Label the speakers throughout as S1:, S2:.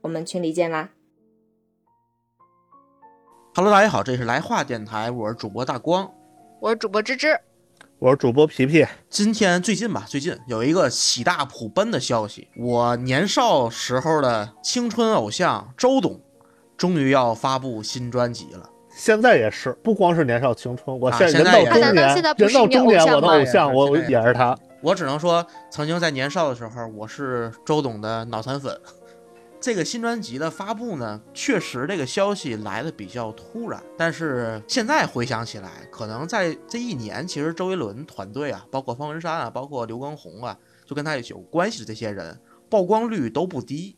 S1: 我们群里见啦！
S2: Hello，大家好，这是来话电台，我是主播大光。
S3: 我是主播芝芝，
S4: 我是主播皮皮，
S2: 今天最近吧，最近有一个喜大普奔的消息，我年少时候的青春偶像周董，终于要发布新专辑了。
S4: 现在也是，不光是年少青春，我
S2: 啊
S4: 现在
S2: 现在
S4: 人到
S2: 也
S4: 中
S3: 是
S4: 年，
S3: 他难道现在不
S4: 人
S3: 是
S4: 到
S3: 你
S4: 中
S3: 偶
S4: 年，
S3: 像
S4: 我的
S2: 吗
S4: 偶像，我
S2: 现在也
S4: 也是他。
S2: 我只能说，曾经在年少的时候，我是周董的脑残粉。这个新专辑的发布呢，确实这个消息来的比较突然，但是现在回想起来，可能在这一年，其实周杰伦团队啊，包括方文山啊，包括刘畊宏啊，就跟他有关系的这些人，曝光率都不低。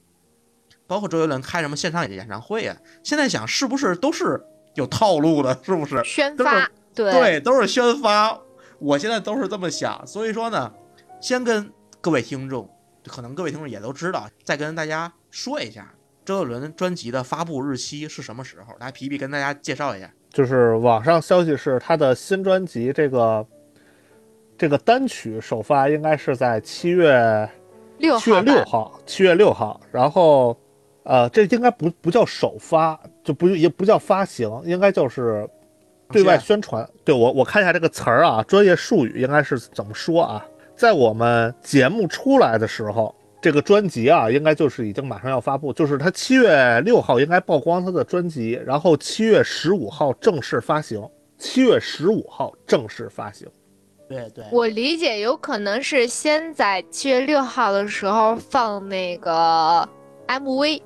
S2: 包括周杰伦开什么现场演唱会啊，现在想是不是都是有套路的，是不是？
S3: 宣
S2: 哥们儿
S3: 发，对
S2: 对，都是宣发。我现在都是这么想，所以说呢，先跟各位听众，可能各位听众也都知道，再跟大家说一下周杰伦专辑的发布日期是什么时候。来，皮皮跟大家介绍一下。
S4: 就是网上消息是他的新专辑这个这个单曲首发应该是在七月
S3: 六
S4: 七月
S3: 号
S4: 六
S3: 吧，
S4: 号，七月六号。然后，呃，这应该不不叫首发，就不也不叫发行，应该就是对外宣传。对我我看一下这个词儿啊，专业术语应该是怎么说啊？在我们节目出来的时候，这个专辑啊，应该就是已经马上要发布，就是它七月六号应该曝光它的专辑，然后七月十五号正式发行，七月十五号正式发行。
S2: 对对，
S3: 我理解有可能是先在七月六号的时候放那个 MV，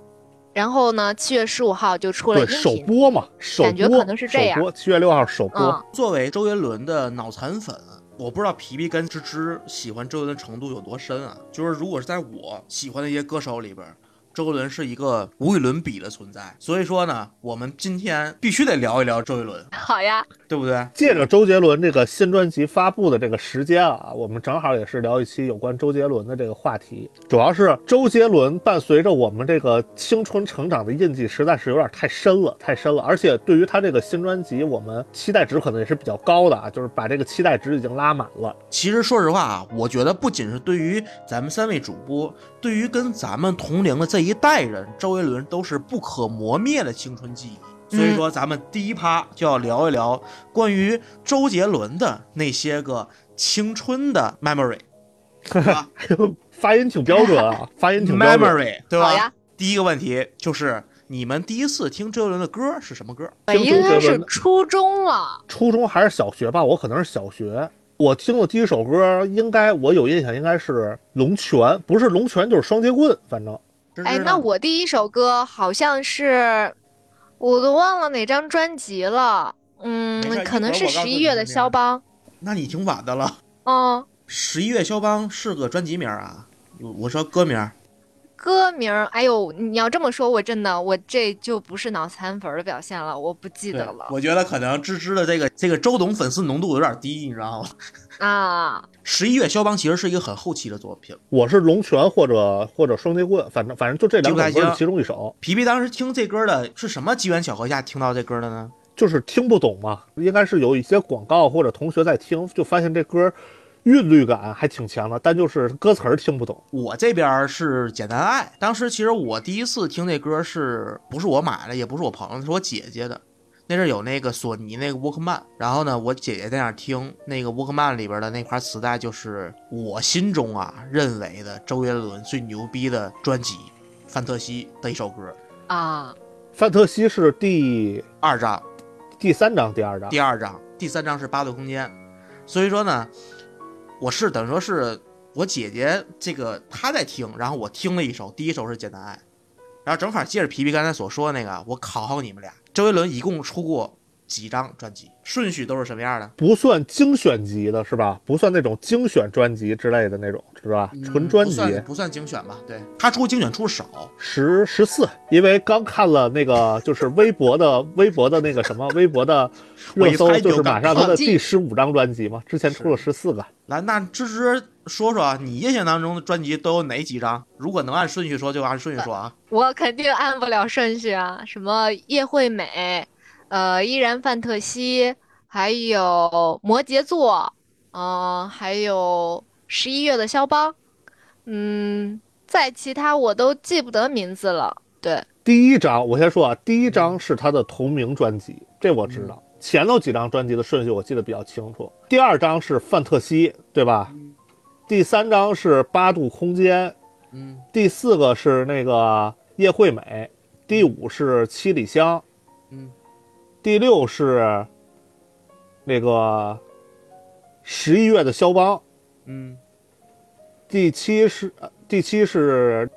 S3: 然后呢，七月十五号就出了
S4: 对，
S3: 音
S4: 首
S3: 频，
S4: 播嘛，首播
S3: 感觉可能是这样
S4: 首播七月六号首播，
S3: 嗯，
S2: 作为周杰伦的脑残粉，我不知道皮皮跟芝芝喜欢周杰伦的程度有多深啊。就是如果是在我喜欢的一些歌手里边，周杰伦是一个无与伦比的存在。所以说呢，我们今天必须得聊一聊周杰伦，
S3: 好呀，
S2: 对不对？
S4: 借着周杰伦这个新专辑发布的这个时间啊，我们正好也是聊一期有关周杰伦的这个话题。主要是周杰伦伴随着我们这个青春成长的印记实在是有点太深了，太深了。而且对于他这个新专辑，我们期待值可能也是比较高的啊，就是把这个期待值已经拉满了。
S2: 其实说实话啊，我觉得不仅是对于咱们三位主播，对于跟咱们同龄的这一代人，周杰伦都是不可磨灭的青春记忆。所以说，咱们第一趴就要聊一聊关于周杰伦的那些个青春的 memory，对 吧
S4: 发音挺标准啊，发音挺标准。
S2: ？memory，对
S3: 好
S2: 吧
S3: 呀？
S2: 第一个问题就是，你们第一次听周杰伦的歌是什么歌？
S3: 我
S4: 听
S3: 哎应
S4: 周杰
S3: 该
S4: 伦
S3: 是
S4: 的
S3: 初中了，
S4: 初中还是小学吧，我可能是小学。我听的第一首歌，应该我有印象，应该是《龙拳》，不是《龙拳》就是《双截棍》，反正
S2: 芝芝
S3: 哎，
S2: 呢
S3: 那我第一首歌好像是，我都忘了哪张专辑了，嗯
S2: 没事，
S3: 可能
S2: 一
S3: 是
S2: 会儿我告诉
S3: 十
S2: 你
S3: 一月的
S2: 是哪
S3: 肖
S2: 样
S3: 邦，
S2: 那你挺晚的了。
S3: 嗯，
S2: 十一月肖邦是个专辑名啊，我说歌名。
S3: 歌名儿，哎呦，你要这么说，我真的我这就不是脑残粉儿的表现了，我不记
S2: 对
S3: 得了
S2: 我觉得可能芝芝的这个这个周董粉丝浓度有点低，你知道吗？
S3: 啊。
S2: 十一月肖邦其实是一个很后期的作品。
S4: 我是《龙拳》或者或者《双截棍》，反正反正就这两首歌是其中一首，
S2: 皮皮当时听这歌的是什么机缘巧合下听到这歌的呢？
S4: 就是听不懂嘛，应该是有一些广告或者同学在听，就发现这歌韵律感还挺强的，但就是歌词儿听不懂。
S2: 我这边是《简单爱》，当时其实我第一次听这歌是不是我买的，也不是我朋友，是我姐姐的。那阵儿有那个索尼那个沃克曼，然后呢，我姐姐在那儿听那个沃克曼里边的那盘磁带，就是我心中啊认为的周杰伦最牛逼的专辑《范特西》的一首歌，
S3: 啊，
S4: 范特西是第
S2: 二张。
S4: 第三章、第二章，
S2: 第二章，第三章是八度空间。所以说呢，我是等于说是我姐姐这个她在听，然后我听了一首，第一首是《简单爱》，然后正好接着皮皮刚才所说的那个，我考考你们俩，周杰伦一共出过几张专辑，顺序都是什么样的？
S4: 不算精选集的是吧？不算那种精选专辑之类的那种是吧？纯专
S2: 嗯不
S4: 辑
S2: 算不算精选吧？对，他出精选出少，
S4: 十十四，因为刚看了那个就是微博的微博的那个什么微博的
S2: 我一
S4: 热搜
S2: 猜，就
S4: 就是马上
S2: 敢
S4: 他的
S5: 看
S4: 第十五张专辑嘛，之前出了十四个，
S2: 来，那芝芝说说啊，你印象当中的专辑都有哪几张？如果能按顺序说，就按顺序说啊。
S5: 我肯定按不了顺序啊，什么叶惠美，呃，依然范特西，还有摩羯座，嗯、还有十一月的肖邦，嗯，再其他我都记不得名字了。对，
S4: 第一张，我先说啊，第一张是他的同名专辑，这我知道。前头几张专辑的顺序我记得比较清楚。第二张是范特西，对吧？第三张是八度空间，
S2: 嗯
S4: 第四个是那个叶惠美，第五是七里香，
S2: 嗯，
S4: 第六是那个十一月的肖邦，
S2: 嗯，
S4: 第七是呃第七是，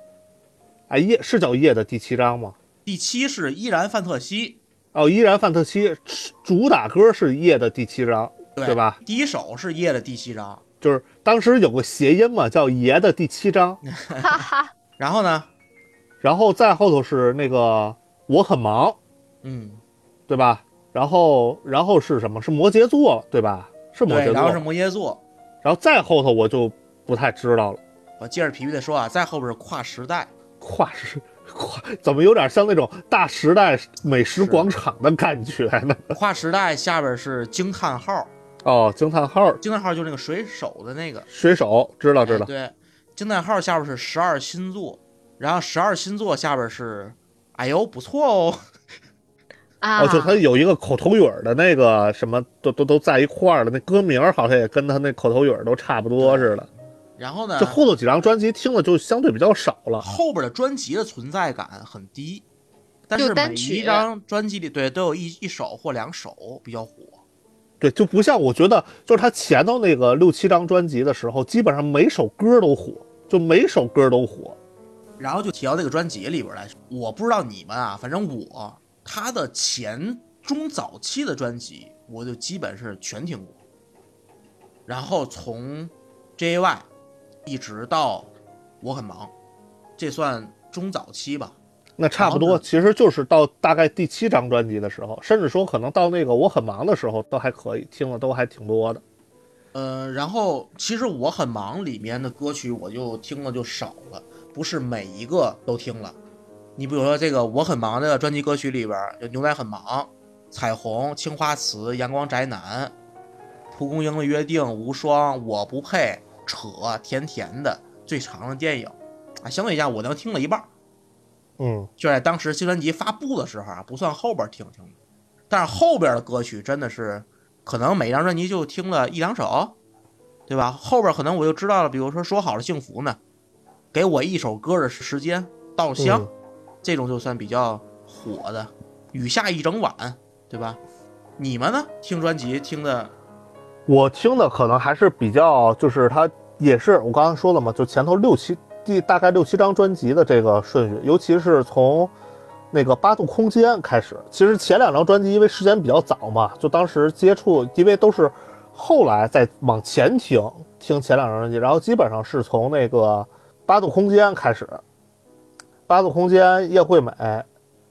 S4: 哎叶是叫叶的第七张吗？
S2: 第七是依然范特西，
S4: 哦，依然范特西主打歌是夜的第七章，
S2: 对
S4: 对吧？
S2: 第一首是夜的第七章，
S4: 就是当时有个谐音嘛，叫爷的第七章，
S2: 嗯
S5: 哈哈，
S2: 然后呢，
S4: 然后再后头是那个我很忙，
S2: 嗯，
S4: 对吧？然后然后是什么？是摩羯座，对吧？是摩
S2: 对，
S4: 羯座，
S2: 然后是摩羯座。
S4: 然后再后头我就不太知道了，
S2: 我接着皮皮的说啊，在后边是跨时代，
S4: 跨时跨怎么有点像那种大时代美食广场的感觉呢？
S2: 跨时代下边是惊叹号，
S4: 哦，惊叹号，
S2: 惊叹号就是那个水手的那个，
S4: 水手知道知
S2: 哎
S4: 道，
S2: 对，惊叹号下边是十二星座，然后十二星座下边是，哎呦不错哦，
S5: 啊，
S4: 哦，就他有一个口头语儿的那个什么，都都都在一块儿了。那歌名儿好像也跟他那口头语儿都差不多似的。
S2: 然后呢
S4: 就，后头几张专辑听的就相对比较少了。
S2: 后边的专辑的存在感很低，但
S5: 就是单
S2: 每一
S5: 曲
S2: 张专辑里对都有一一首或两首比较火，
S4: 对，就不像我觉得，就是他前头那个六七张专辑的时候，基本上每首歌都火，就每首歌都火。
S2: 然后就提到这个专辑里边来说，我不知道你们啊，反正我他的前中早期的专辑，我就基本是全听过。然后从 JY 一直到我很忙，这算中早期吧？
S4: 那差不
S2: 然
S4: 多，
S2: 后呢
S4: 其实就是到大概第七张专辑的时候，甚至说可能到那个我很忙的时候都还可以，听的都还挺多的。
S2: 呃，然后其实我很忙里面的歌曲我就听了就少了，不是每一个都听了。你比如说这个我很忙的专辑歌曲里边儿，有《牛奶很忙》《彩虹》《青花瓷》《阳光宅男》《蒲公英的约定》《无双》《我不配》《扯》《甜甜的》最长的电影啊，相对一下我能听了一半儿，
S4: 嗯，
S2: 就在当时新专辑发布的时候啊，不算后边儿听听的，但是后边儿的歌曲真的是，可能每张专辑就听了一两首，对吧？后边儿可能我就知道了，比如说《说好了幸福》呢，给我一首歌的时间，《稻香》
S4: 嗯
S2: 这种就算比较火的，《雨下一整晚》，对吧？你们呢？听专辑听的，
S4: 我听的可能还是比较，就是它也是我刚刚说了嘛，就前头六七第大概六七张专辑的这个顺序，尤其是从那个八度空间开始。其实前两张专辑因为时间比较早嘛，就当时接触，因为都是后来再往前听听前两张专辑，然后基本上是从那个八度空间开始，八度空间、叶惠美，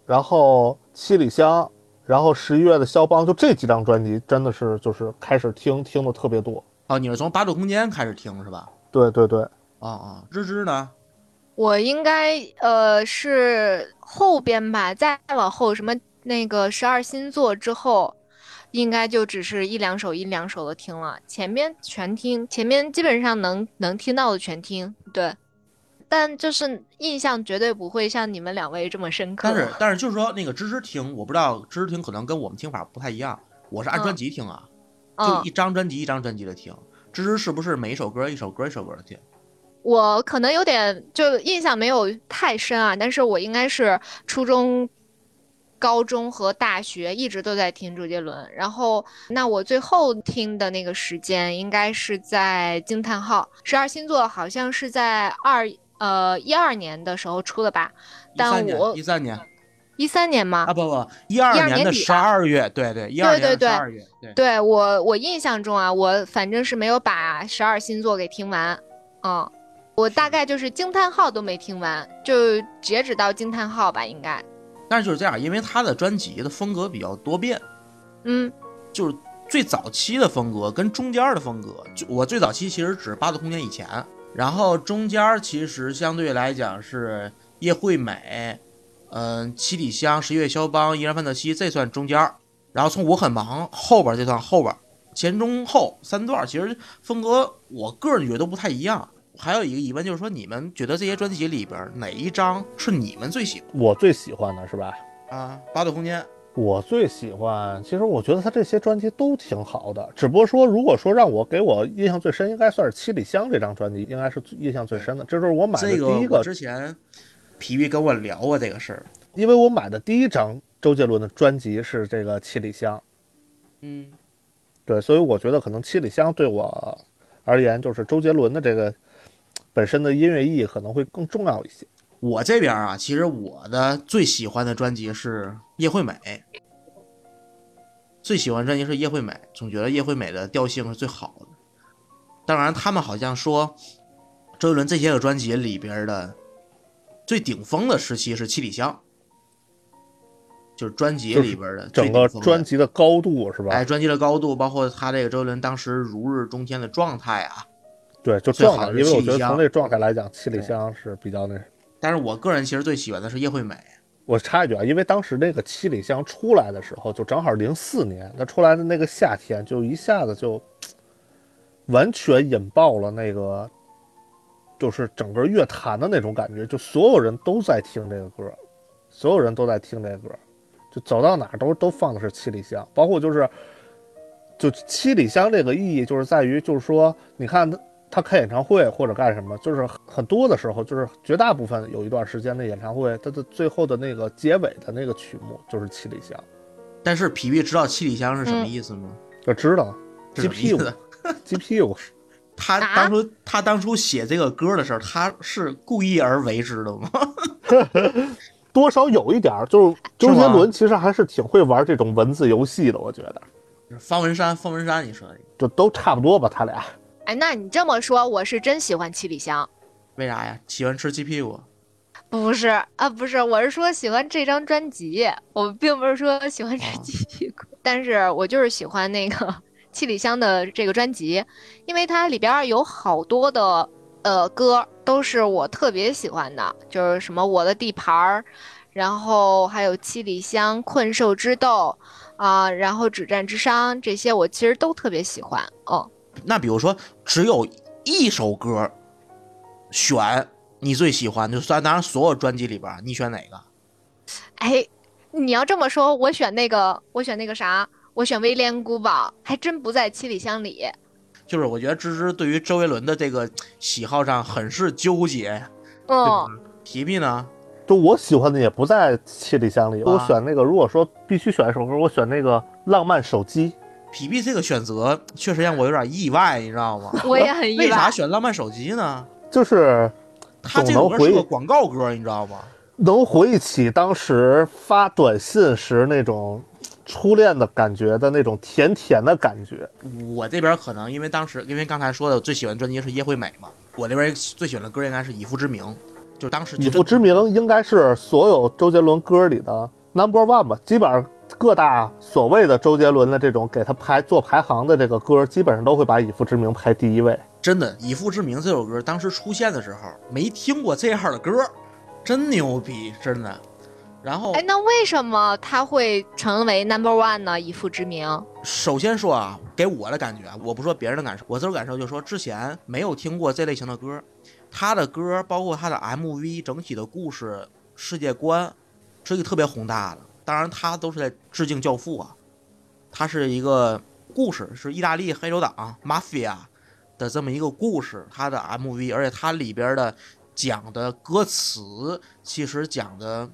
S4: 然后七里香， 然后十一月的肖邦，就这几张专辑真的是就是开始听听的特别多。
S2: 哦，你是从八度空间开始听是吧？
S4: 对对对，
S2: 啊、啊，芝芝呢？
S5: 我应该呃是后边吧，再往后什么那个十二星座之后，应该就只是一两首一两首的听了，前面全听，前面基本上能能听到的全听，对。但就是印象绝对不会像你们两位这么深刻。
S2: 但是但是就是说那个芝芝听，我不知道芝芝听可能跟我们听法不太一样，我是按
S5: 嗯
S2: 专辑听啊，
S5: 嗯
S2: 就一，张专辑一张专辑的听。芝芝是不是每一首歌一首歌一首歌的听？
S5: 我可能有点就印象没有太深啊，但是我应该是初中、高中和大学一直都在听周杰伦。然后，那我最后听的那个时间应该是在惊叹号十二星座，好像是在二呃一二年的时候出的吧。
S2: 一
S5: 但
S2: 三年
S5: 我
S2: 一三年
S5: 一三年吗？
S2: 啊不不，一二
S5: 12
S2: 年
S5: 年
S2: 的
S5: 底
S2: 十
S5: 吧
S2: 二月，对对，一二年
S5: 对
S2: 十
S5: 对
S2: 二月，对，
S5: 对我，我印象中啊，我反正是没有把十二星座给听完，嗯，我大概就是惊叹号都没听完，就截止到惊叹号吧，应该，
S2: 但是就是这样，因为他的专辑的风格比较多变，
S5: 嗯
S2: 就是最早期的风格跟中间的风格，就我最早期其实指八度空间以前，然后中间其实相对来讲是叶惠美，嗯、七里香、十一月肖邦、依然范特西，这算中间儿。然后从我很忙后边儿就算后边儿，前中后三段儿其实风格我个人觉得都不太一样。还有一个疑问就是说，你们觉得这些专辑里边儿哪一张是你们最喜
S4: 我最喜欢的是吧？
S2: 欢啊？八度空间，
S4: 我最喜欢，其实我觉得他这些专辑都挺好的，只不过说，如果说让我给我印象最深，应该算是《七里香》这张专辑，应该是最印象最深的。这就是我买的
S2: 这
S4: 第一
S2: 我
S4: 个，
S2: 之前皮皮跟我聊过这个事儿，
S4: 因为我买的第一张周杰伦的专辑是这个《七里香》，
S2: 嗯，
S4: 对，所以我觉得可能《七里香》对我而言，就是周杰伦的这个本身的音乐意义可能会更重要一些。
S2: 我这边啊，其实我的最喜欢的专辑是叶惠美，最喜欢专辑是叶惠美，总觉得叶惠美的调性是最好的。当然，他们好像说周杰伦这些个专辑里边的最顶峰的时期是《七里香》，就是专辑里边的最
S4: 整
S2: 顶
S4: 个
S2: 峰的
S4: 专辑的高度是吧
S2: 哎，？专辑的高度，包括他这个周杰伦当时如日中天的状态啊，
S4: 对，就
S2: 最
S4: 状
S2: 好
S4: 态，
S2: 是
S4: 因为
S2: 七
S4: 我
S2: 里
S4: 觉得
S2: 香
S4: 从这状态来讲，《七里
S2: 对
S4: 香》是比较那
S2: 但是我个人其实最喜欢的是叶惠美。
S4: 我插一句啊，因为当时那个七里香出来的时候，就正好零四年，它出来的那个夏天，就一下子就完全引爆了那个，就是整个乐坛的那种感觉，就所有人都在听这个歌，所有人都在听这个歌，就走到哪儿都都放的是七里香，包括就是，就七里香这个意义就是在于，就是说，你看他他开演唱会或者干什么，就是很很多的时候，就是绝大部分有一段时间的演唱会，它的最后的那个结尾的那个曲目就是七里香，
S2: 但是皮皮知道七里香是什么
S5: 嗯
S2: 意思吗？
S4: 就呃知道
S2: 是
S4: 鸡
S2: 什么意
S4: 屁股
S2: 思？
S4: 鸡屁股，
S2: 他
S5: 啊
S2: 当初、他当初写这个歌的时候，他是故意而为之的吗？
S4: 多少有一点儿，就是周杰伦其实还是挺会玩这种文字游戏的，我觉得
S2: 方文山，方文山，你说的
S4: 就都差不多吧，他俩。
S5: 哎，那你这么说，我是真喜欢七里香，
S2: 为啥呀？喜欢吃鸡屁股？
S5: 不是啊，不是，我是说喜欢这张专辑，我并不是说喜欢这
S2: 啊
S5: 鸡屁股， 但是我就是喜欢那个 七里香的这个专辑，因为它里边儿有好多的呃歌都是我特别喜欢的，就是什么我的地盘儿，然后还有七里香、困兽之斗啊、然后止战之殇这些我其实都特别喜欢，嗯，
S2: 那比如说，只有一首歌选你最喜欢，就算当然所有专辑里边，你选哪个？
S5: 哎，你要这么说，我选那个，我选那个啥，我选威廉古堡，还真不在七里香里。
S2: 就是我觉得芝芝对于周杰伦的这个喜好上很是纠结，对吧
S5: 嗯，？
S2: 皮皮呢？
S4: 就我喜欢的也不在七里香里，
S2: 哇
S4: 我选那个，如果说必须选一首歌，我选那个《浪漫手机》。
S2: 皮皮这个选择确实让我有点意外，你知道吗？
S5: 我也很
S2: 为
S5: 意
S2: 啥
S5: 外。
S2: 选浪漫手机呢？
S4: 就是
S2: 他这
S4: 总
S2: 首
S4: 能
S2: 歌是
S4: 回
S2: 个广告歌，你知道吗？
S4: 能回忆起当时发短信时那种初恋的感觉的那种甜甜的感觉。
S2: 我这边可能因为当时因为刚才说的我最喜欢专辑是叶惠美嘛，我这边最喜欢的歌应该是《以父之名》，就当时
S4: 以父之名应该是所有周杰伦歌里的 number one 吧，基本上各大所谓的周杰伦的这种给他排做排行的这个歌，基本上都会把以父之名排第一位。
S2: 真的《以父之名》这首歌当时出现的时候没听过这样的歌，真牛逼，真的。然后
S5: 哎，那为什么他会成为 number one 呢？以父之名。
S2: 首先说啊，给我的感觉啊，我不说别人的感受，我自个儿感受就是说，之前没有听过这类型的歌，他的歌包括他的 MV 整体的故事世界观，是一个特别宏大的。当然，他都是在致敬《教父》啊，他是一个故事，是意大利黑手党 mafia 的这么一个故事，他的 MV，而且它里边的讲的歌词其实讲的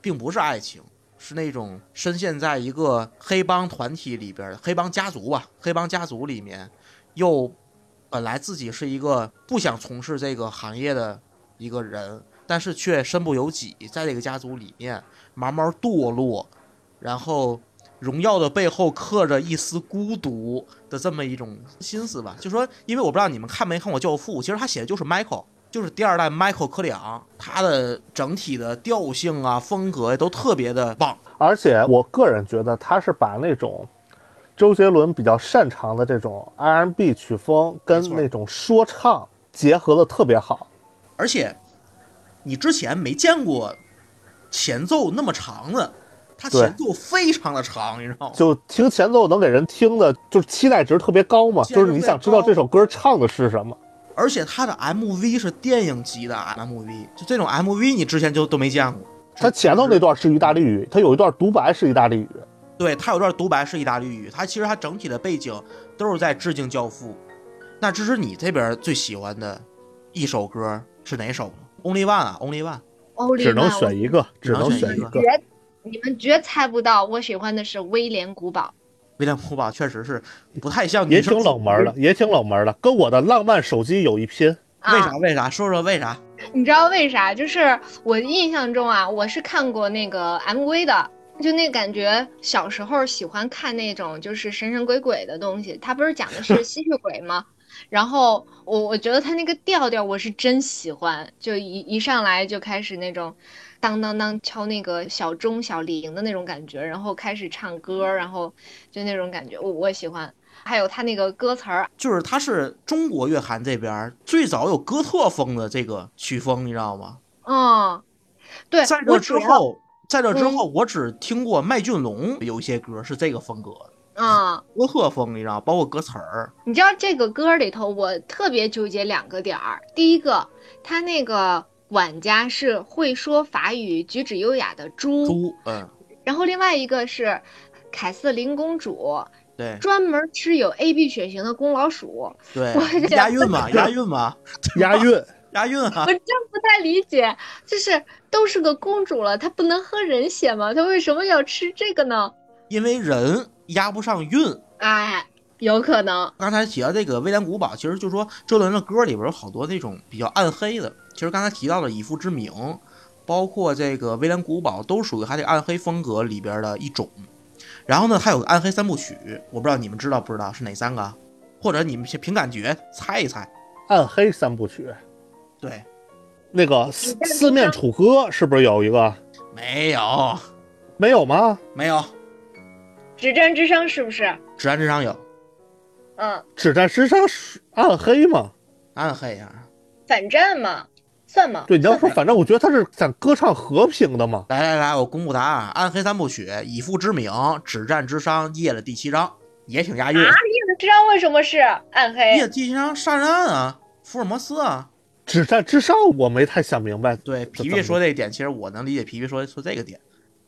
S2: 并不是爱情。是那种深陷在一个黑帮团体里边儿，黑帮家族吧，黑帮家族里面，呃又本来自己是一个不想从事这个行业的一个人，但是却身不由己，在这个家族里面慢慢堕落，然后荣耀的背后刻着一丝孤独的这么一种心思吧。就说，因为我不知道你们看没看过《教父》，其实他写的就是 Michael，就是第二代 Michael 科里昂，他的整体的调性啊、风格都特别的棒。
S4: 而且我个人觉得他是把那种周杰伦比较擅长的这种 R&B 曲风跟
S2: 没错
S4: 那种说唱结合的特别好。
S2: 而且你之前没见过前奏那么长的，它
S4: 对
S2: 前奏非常的长，你知道吗？
S4: 就听前奏能给人听的，就是期待值特别高嘛，
S2: 期待值
S4: 就是你想知道这首歌唱的是什么。
S2: 而且它的 MV 是电影级的 MV，就这种 MV 你之前就都没见过。
S4: 它前头那段是意大利语，它有一段独白是意大利语，
S2: 对，它有段独白是意大利语，它其实它整体的背景都是在致敬《教父》。那芝芝，你这边最喜欢的一首歌是哪首呢？Only One 啊，Only One。
S5: 欧丽
S4: 只能
S5: 曼，我
S4: 选一个，啊只能
S2: 选
S4: 选
S2: 一
S4: 一
S2: 个
S4: 个。
S5: 绝你们绝猜不到，我喜欢的是威廉古堡。
S2: 威廉古堡确实是不太像
S4: 也
S2: 女生
S4: 挺冷门的，也挺冷门的，跟我的浪漫手机有一 拼。
S2: 为
S5: 啊
S2: 啥？，为啥？说说为啥？
S5: 你知道为啥？就是我印象中啊，我是看过那个 MV 的，就那感觉小时候喜欢看那种就是神神鬼鬼的东西。它不是讲的是吸血鬼吗？ 然后我我觉得他那个调调我是真喜欢，就一一上来就开始那种当当当敲那个小钟小铃的那种感觉，然后开始唱歌，然后就那种感觉我我喜欢。还有他那个歌词儿
S2: 就是它是中国乐坛这边儿最早有哥特风的这个曲风，你知道吗？
S5: 嗯，对，
S2: 在
S5: 我
S2: 这之
S5: 主要嗯
S2: 后，在这之后，我只听过麦浚龙有一些歌是这个风格，
S5: 嗯，
S2: 哥特风，你知道吗，包括歌词儿。
S5: 你知道这个歌里头，我特别纠结两个点儿。第一个，他那个管家是会说法语、举止优雅的猪，
S2: 猪，嗯，
S5: 然后另外一个是凯瑟琳公主，
S2: 对
S5: 专门吃有 AB 血型的公老鼠。
S2: 对
S5: 我也，
S2: 押韵嘛，押韵嘛，
S4: 押韵，
S2: 押韵啊
S5: 我！真不太理解，就是都是个公主了，她不能喝人血吗？她为什么要吃这个呢？
S2: 因为人押不上韵。
S5: 哎，有可能，
S2: 刚才提到这个威廉古堡，其实就说周杰伦的歌里边有好多那种比较暗黑的。其实刚才提到了《以父之名》，包括这个威廉古堡，都属于他这个暗黑风格里边的一种。然后呢，还有个暗黑三部曲，我不知道你们知道不知道是哪三个啊，或者你们先凭感觉猜一猜。
S4: 暗黑三部曲，
S2: 对，
S4: 那个四四面楚歌是不是有一个？
S2: 没有，
S4: 没有吗？
S2: 没有，
S5: 指针之声是不是？
S2: 指南之上有
S5: 嗯，
S4: 只占十商是暗黑吗？
S2: 暗黑啊。
S5: 反战嘛，算吗？
S4: 对，你要说反正我觉得他是想歌唱和平的嘛。
S2: 来来来，我公布答案：啊暗黑三部曲、以父之名、止战之殇、夜的第七章，也挺押韵。
S5: 知道为什么是暗
S2: 夜
S5: 黑？
S2: 的第七章杀人案啊，福尔摩斯啊，
S4: 只占之上我没太想明白。
S2: 对，皮
S4: 怎
S2: 皮
S4: 么
S2: 说这一点，其实我能理解皮皮说说这个点，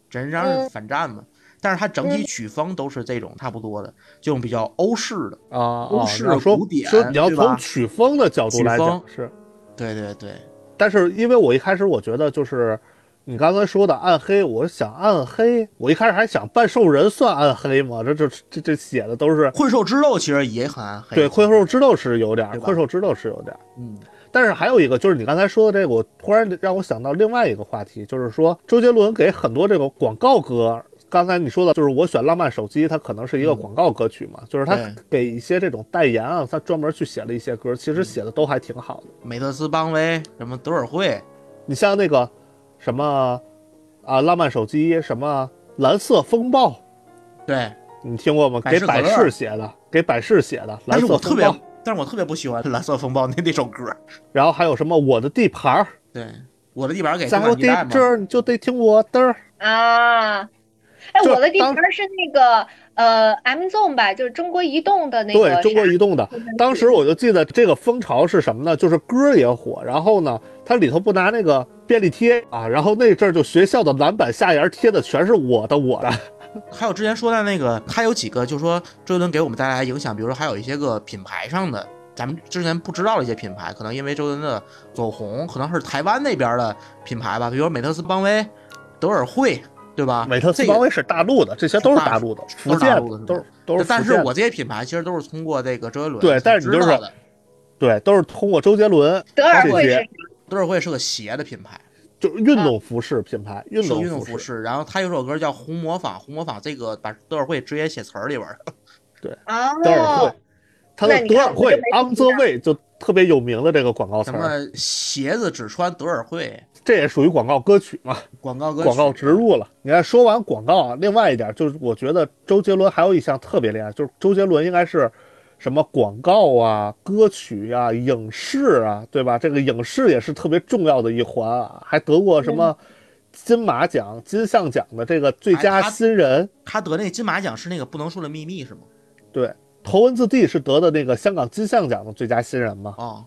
S2: 整张是反战嘛，但是它整体曲风都是这种差不多的，这种比较欧式的。
S4: 啊啊！
S2: 都是
S4: 你要说
S2: 古典
S4: 说你要
S2: 对吧
S4: 从曲风的角度来
S2: 曲
S4: 讲
S2: 风
S4: 是，
S2: 对对对，
S4: 但是因为我一开始我觉得就是你刚才说的暗黑，我想暗黑，我一开始还想半兽人算暗黑吗？这这这这写的都是
S2: 困兽之肉其实也很暗黑。
S4: 对困兽，之斗是有点儿，
S2: 对吧
S4: 困兽之斗是有点儿。
S2: 嗯，
S4: 但是还有一个就是你刚才说的这个，我突然让我想到另外一个话题，就是说周杰伦给很多这个广告歌。刚才你说的就是我选《浪漫手机》，它可能是一个
S2: 嗯
S4: 广告歌曲嘛，就是他
S2: 对
S4: 给一些这种代言啊，他专门去写了一些歌，其实写的都还挺好的。
S2: 美特斯邦威，什么德尔惠，
S4: 你像那个什么啊，浪漫手机什么蓝色风暴，
S2: 对，
S4: 你听过吗？
S2: 百
S4: 给
S2: 事可乐
S4: 百事写的，给百事写的
S2: 但
S4: 蓝
S2: 是
S4: 色
S2: 我特
S4: 风
S2: 别
S4: 暴。，
S2: 但是我特别不喜欢蓝色风暴那那首歌。
S4: 然后还有什么我的地盘儿，
S2: 对，我的地板给
S4: 在
S2: 动
S4: 我
S2: 感地
S4: 地
S2: 带嘛
S4: 这，儿你就得听我的儿。
S5: 啊，哎，
S4: 就
S5: 我的地
S4: 当
S5: 盘是那个呃 M Zone 吧，就是中国移动的那个
S4: 对中国
S5: 啥
S4: 移动的，当时我就记得这个风潮是什么呢？就是歌也火，然后呢，它里头不拿那个便利贴啊，然后那阵儿就学校的栏板下沿贴的全是我的我的，
S2: 还有之前说的那个，它有几个，就是说周杰伦给我们带来影响，比如说还有一些个品牌上的，咱们之前不知道的一些品牌，可能因为周杰伦的走红，可能是台湾那边的品牌吧，比如说美特斯邦威、德尔惠，对 吧？
S4: 美特斯
S2: 这
S4: 邦
S2: 个。
S4: 威是大陆的，这些都是大陆的，福建
S2: 都是大陆的
S4: 都是都是福建
S2: 但
S4: 的。
S2: 是我这些品牌其实都是通过这个周杰伦
S4: 对但是
S2: 才
S4: 你就是
S2: 知道的
S4: 对，都是通过周杰伦
S5: 德尔惠
S4: 这
S5: 是
S4: 些
S2: 德尔惠是个鞋的品牌，
S4: 就是运动服饰品牌，运
S2: 是运动
S4: 动
S2: 服
S4: 服。
S2: 饰。然后他有首歌叫《红魔法》，红魔法这个把德尔惠直接写词儿里边儿了。
S5: 哦，
S4: 德尔惠，它
S5: 那
S4: 的
S5: 你
S4: 德
S5: 看
S4: 尔惠
S5: 我就没
S4: On the way 就特别有名的这个广告词
S2: 什
S4: 儿，
S2: 么鞋子只穿德尔惠，
S4: 这也属于广告歌曲嘛，
S2: 广告歌曲嗯
S4: 广告植。入了。你看，说完广告啊，另外一点就是，我觉得周杰伦还有一项特别厉害，就是周杰伦应该是什么广告啊、歌曲啊、影视啊，对吧？这个影视也是特别重要的一环啊，还得过什么金马奖、金像奖的这个最
S2: 哎
S4: 佳
S2: 他
S4: 新人。
S2: 他得那个金马奖是那个不能说的秘密是吗？
S4: 头文字 D 是得的那个香港金像奖的最佳新人嘛，
S2: 哦，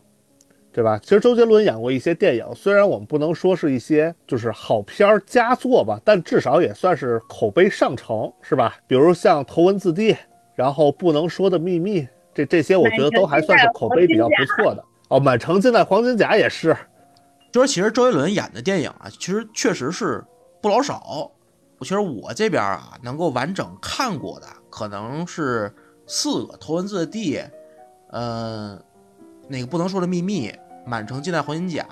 S4: 对吧？其实周杰伦演过一些电影，虽然我们不能说是一些就是好片儿佳作吧，但至少也算是口碑上乘，是吧？比如像《头文字 D》，然后《不能说的秘密》，这这些我觉得都还算是口碑比较不错的。哦，《满城尽带黄金甲》也是，
S2: 就是其实周杰伦演的电影啊，其实确实是不老少。其实我这边啊，能够完整看过的可能是四个《头文字 D》，呃，那个不能说的秘密，《满城尽带黄金甲》，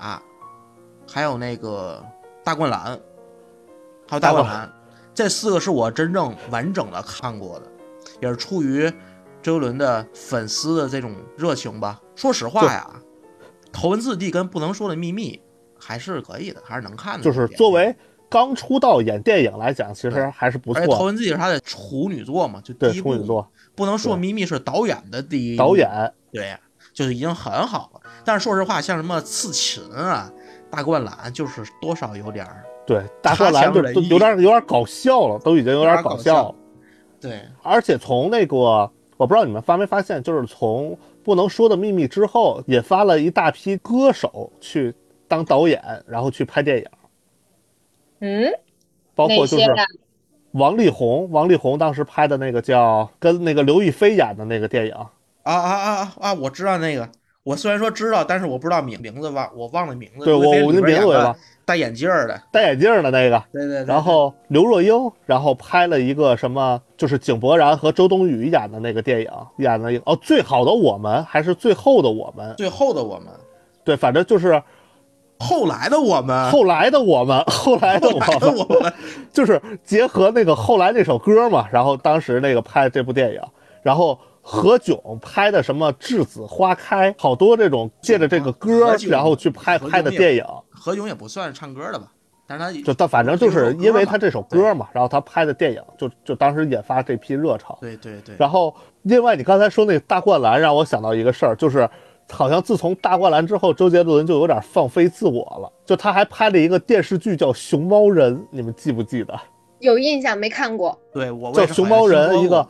S2: 还有那个大灌篮，还有大灌
S4: 大灌
S2: 篮，这四个是我真正完整的看过的，也是出于周杰伦的粉丝的这种热情吧。说实话呀，《头文字 D》跟《不能说的秘密》还是可以的，嗯还是能看的。
S4: 就是作为刚出道演电影来讲，其实还是不
S2: 而且《头
S4: 错。
S2: 文字 D》是他的处女作嘛，就第
S4: 对
S2: 一
S4: 处
S2: 部
S4: 女作
S2: 不能说
S4: 对
S2: 秘密是导演的第一
S4: 导演，
S2: 对，就是已经很好了。但是说实话，像什么刺秦啊、大灌篮，就是多少有点儿
S4: 对大灌篮就
S2: 插枪
S4: 都
S2: 人意
S4: 有点有点搞笑了，都已经有点
S2: 有点搞
S4: 搞笑
S2: 笑
S4: 了。
S2: 对
S4: 而且从那个，我不知道你们发没发现，就是从《不能说的秘密》之后，也发了一大批歌手去当导演，然后去拍电影，
S5: 嗯，
S4: 包
S5: 哪
S4: 括就
S5: 些啊
S4: 是
S5: 呀？
S4: 王力宏，王力宏当时拍的那个叫跟那个刘亦菲演的那个电影，
S2: 啊啊啊啊啊！我知道那个，我虽然说知道，但是我不知道名名字忘，我忘了名字。
S4: 对
S2: 刘亦菲
S4: 我我那
S2: 里边演
S4: 名字我也
S2: 个
S4: 忘
S2: 戴眼镜儿的，
S4: 戴眼镜的那个。
S2: 对对对。
S4: 然后刘若英，然后拍了一个什么，就是井柏然和周冬雨演的那个电影，演了一个哦，最好的我 们还是最后的我们，
S2: 最后的我们，
S4: 对，反正就是
S2: 后来的我们，
S4: 后来的我们， 后来的我
S2: 来
S4: 们
S2: 的，我们，
S4: 就是结合那个后来那首歌嘛，然后当时那个拍这部电影，然后何炅拍的什么《栀子花开》，好多这种借着这个歌
S2: 何，炅
S4: 然后去拍
S2: 何炅
S4: 拍的电影，
S2: 何炅也不算唱歌的吧，但是他
S4: 就他反正就是因为他这首歌嘛，然后他拍的电影就就当时引发这批热潮。
S2: 对对对，
S4: 然后另外你刚才说那个大灌篮，让我想到一个事儿，就是。好像自从大灌篮之后，周杰伦就有点放飞自我了。就他还拍了一个电视剧叫《熊猫人》，你们记不记得？
S5: 有印象没看过？
S2: 对我我
S4: 叫
S2: 也是
S4: 熊
S2: 好像
S4: 猫
S2: 听
S4: 人
S2: 说
S4: 一
S2: 过
S4: 个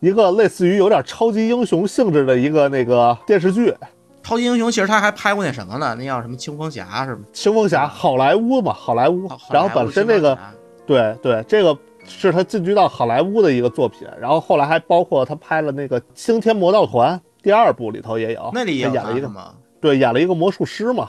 S4: 一个类似于有点超级英雄性质的一个那个电视剧，《
S2: 超级英雄，其实他还拍过那什么呢？那叫什么青蜂侠是吗？
S4: 青蜂侠》好莱坞嘛，好莱坞
S2: 哦好。好
S4: 然后
S2: 莱坞
S4: 本身
S2: 青蜂
S4: 这个
S2: 侠
S4: 对对，这个是他进军到好莱坞的一个作品，然后后来还包括他拍了那个《星天魔盗团》第二部里头也有，
S2: 那里也
S4: 他
S2: 有
S4: 哦演了一
S2: 他
S4: 个
S2: 嘛
S4: 对演了一个魔术师嘛，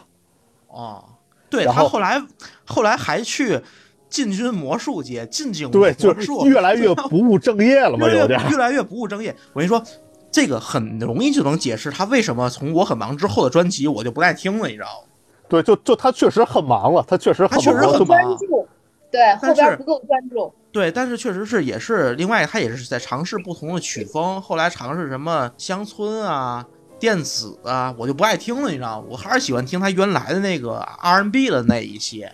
S2: 哦，对
S4: 然
S2: 他
S4: 后
S2: 后来后来还去进军魔术界，进京
S4: 对，就
S2: 魔
S4: 是
S2: 术
S4: 越来越不务正业了 嘛，
S2: 越
S4: 有
S2: 来
S4: 点
S2: 越。越来越不务正业。我跟你说，这个很容易就能解释他为什么从我很忙之后的专辑我就不爱听了，你知道吗？
S4: 对，就就他确实很忙了，他确实
S2: 他
S4: 很
S2: 确实
S4: 忙了，
S2: 很
S4: 就
S2: 忙
S5: 专。注，对，后
S2: 但是
S5: 边不够专注。
S2: 对，但是确实是也是，另外他也是在尝试不同的曲风，后来尝试什么乡村啊、电子啊，我就不爱听了，你知道吗？我还是喜欢听他原来的那个 R&B 的那一些。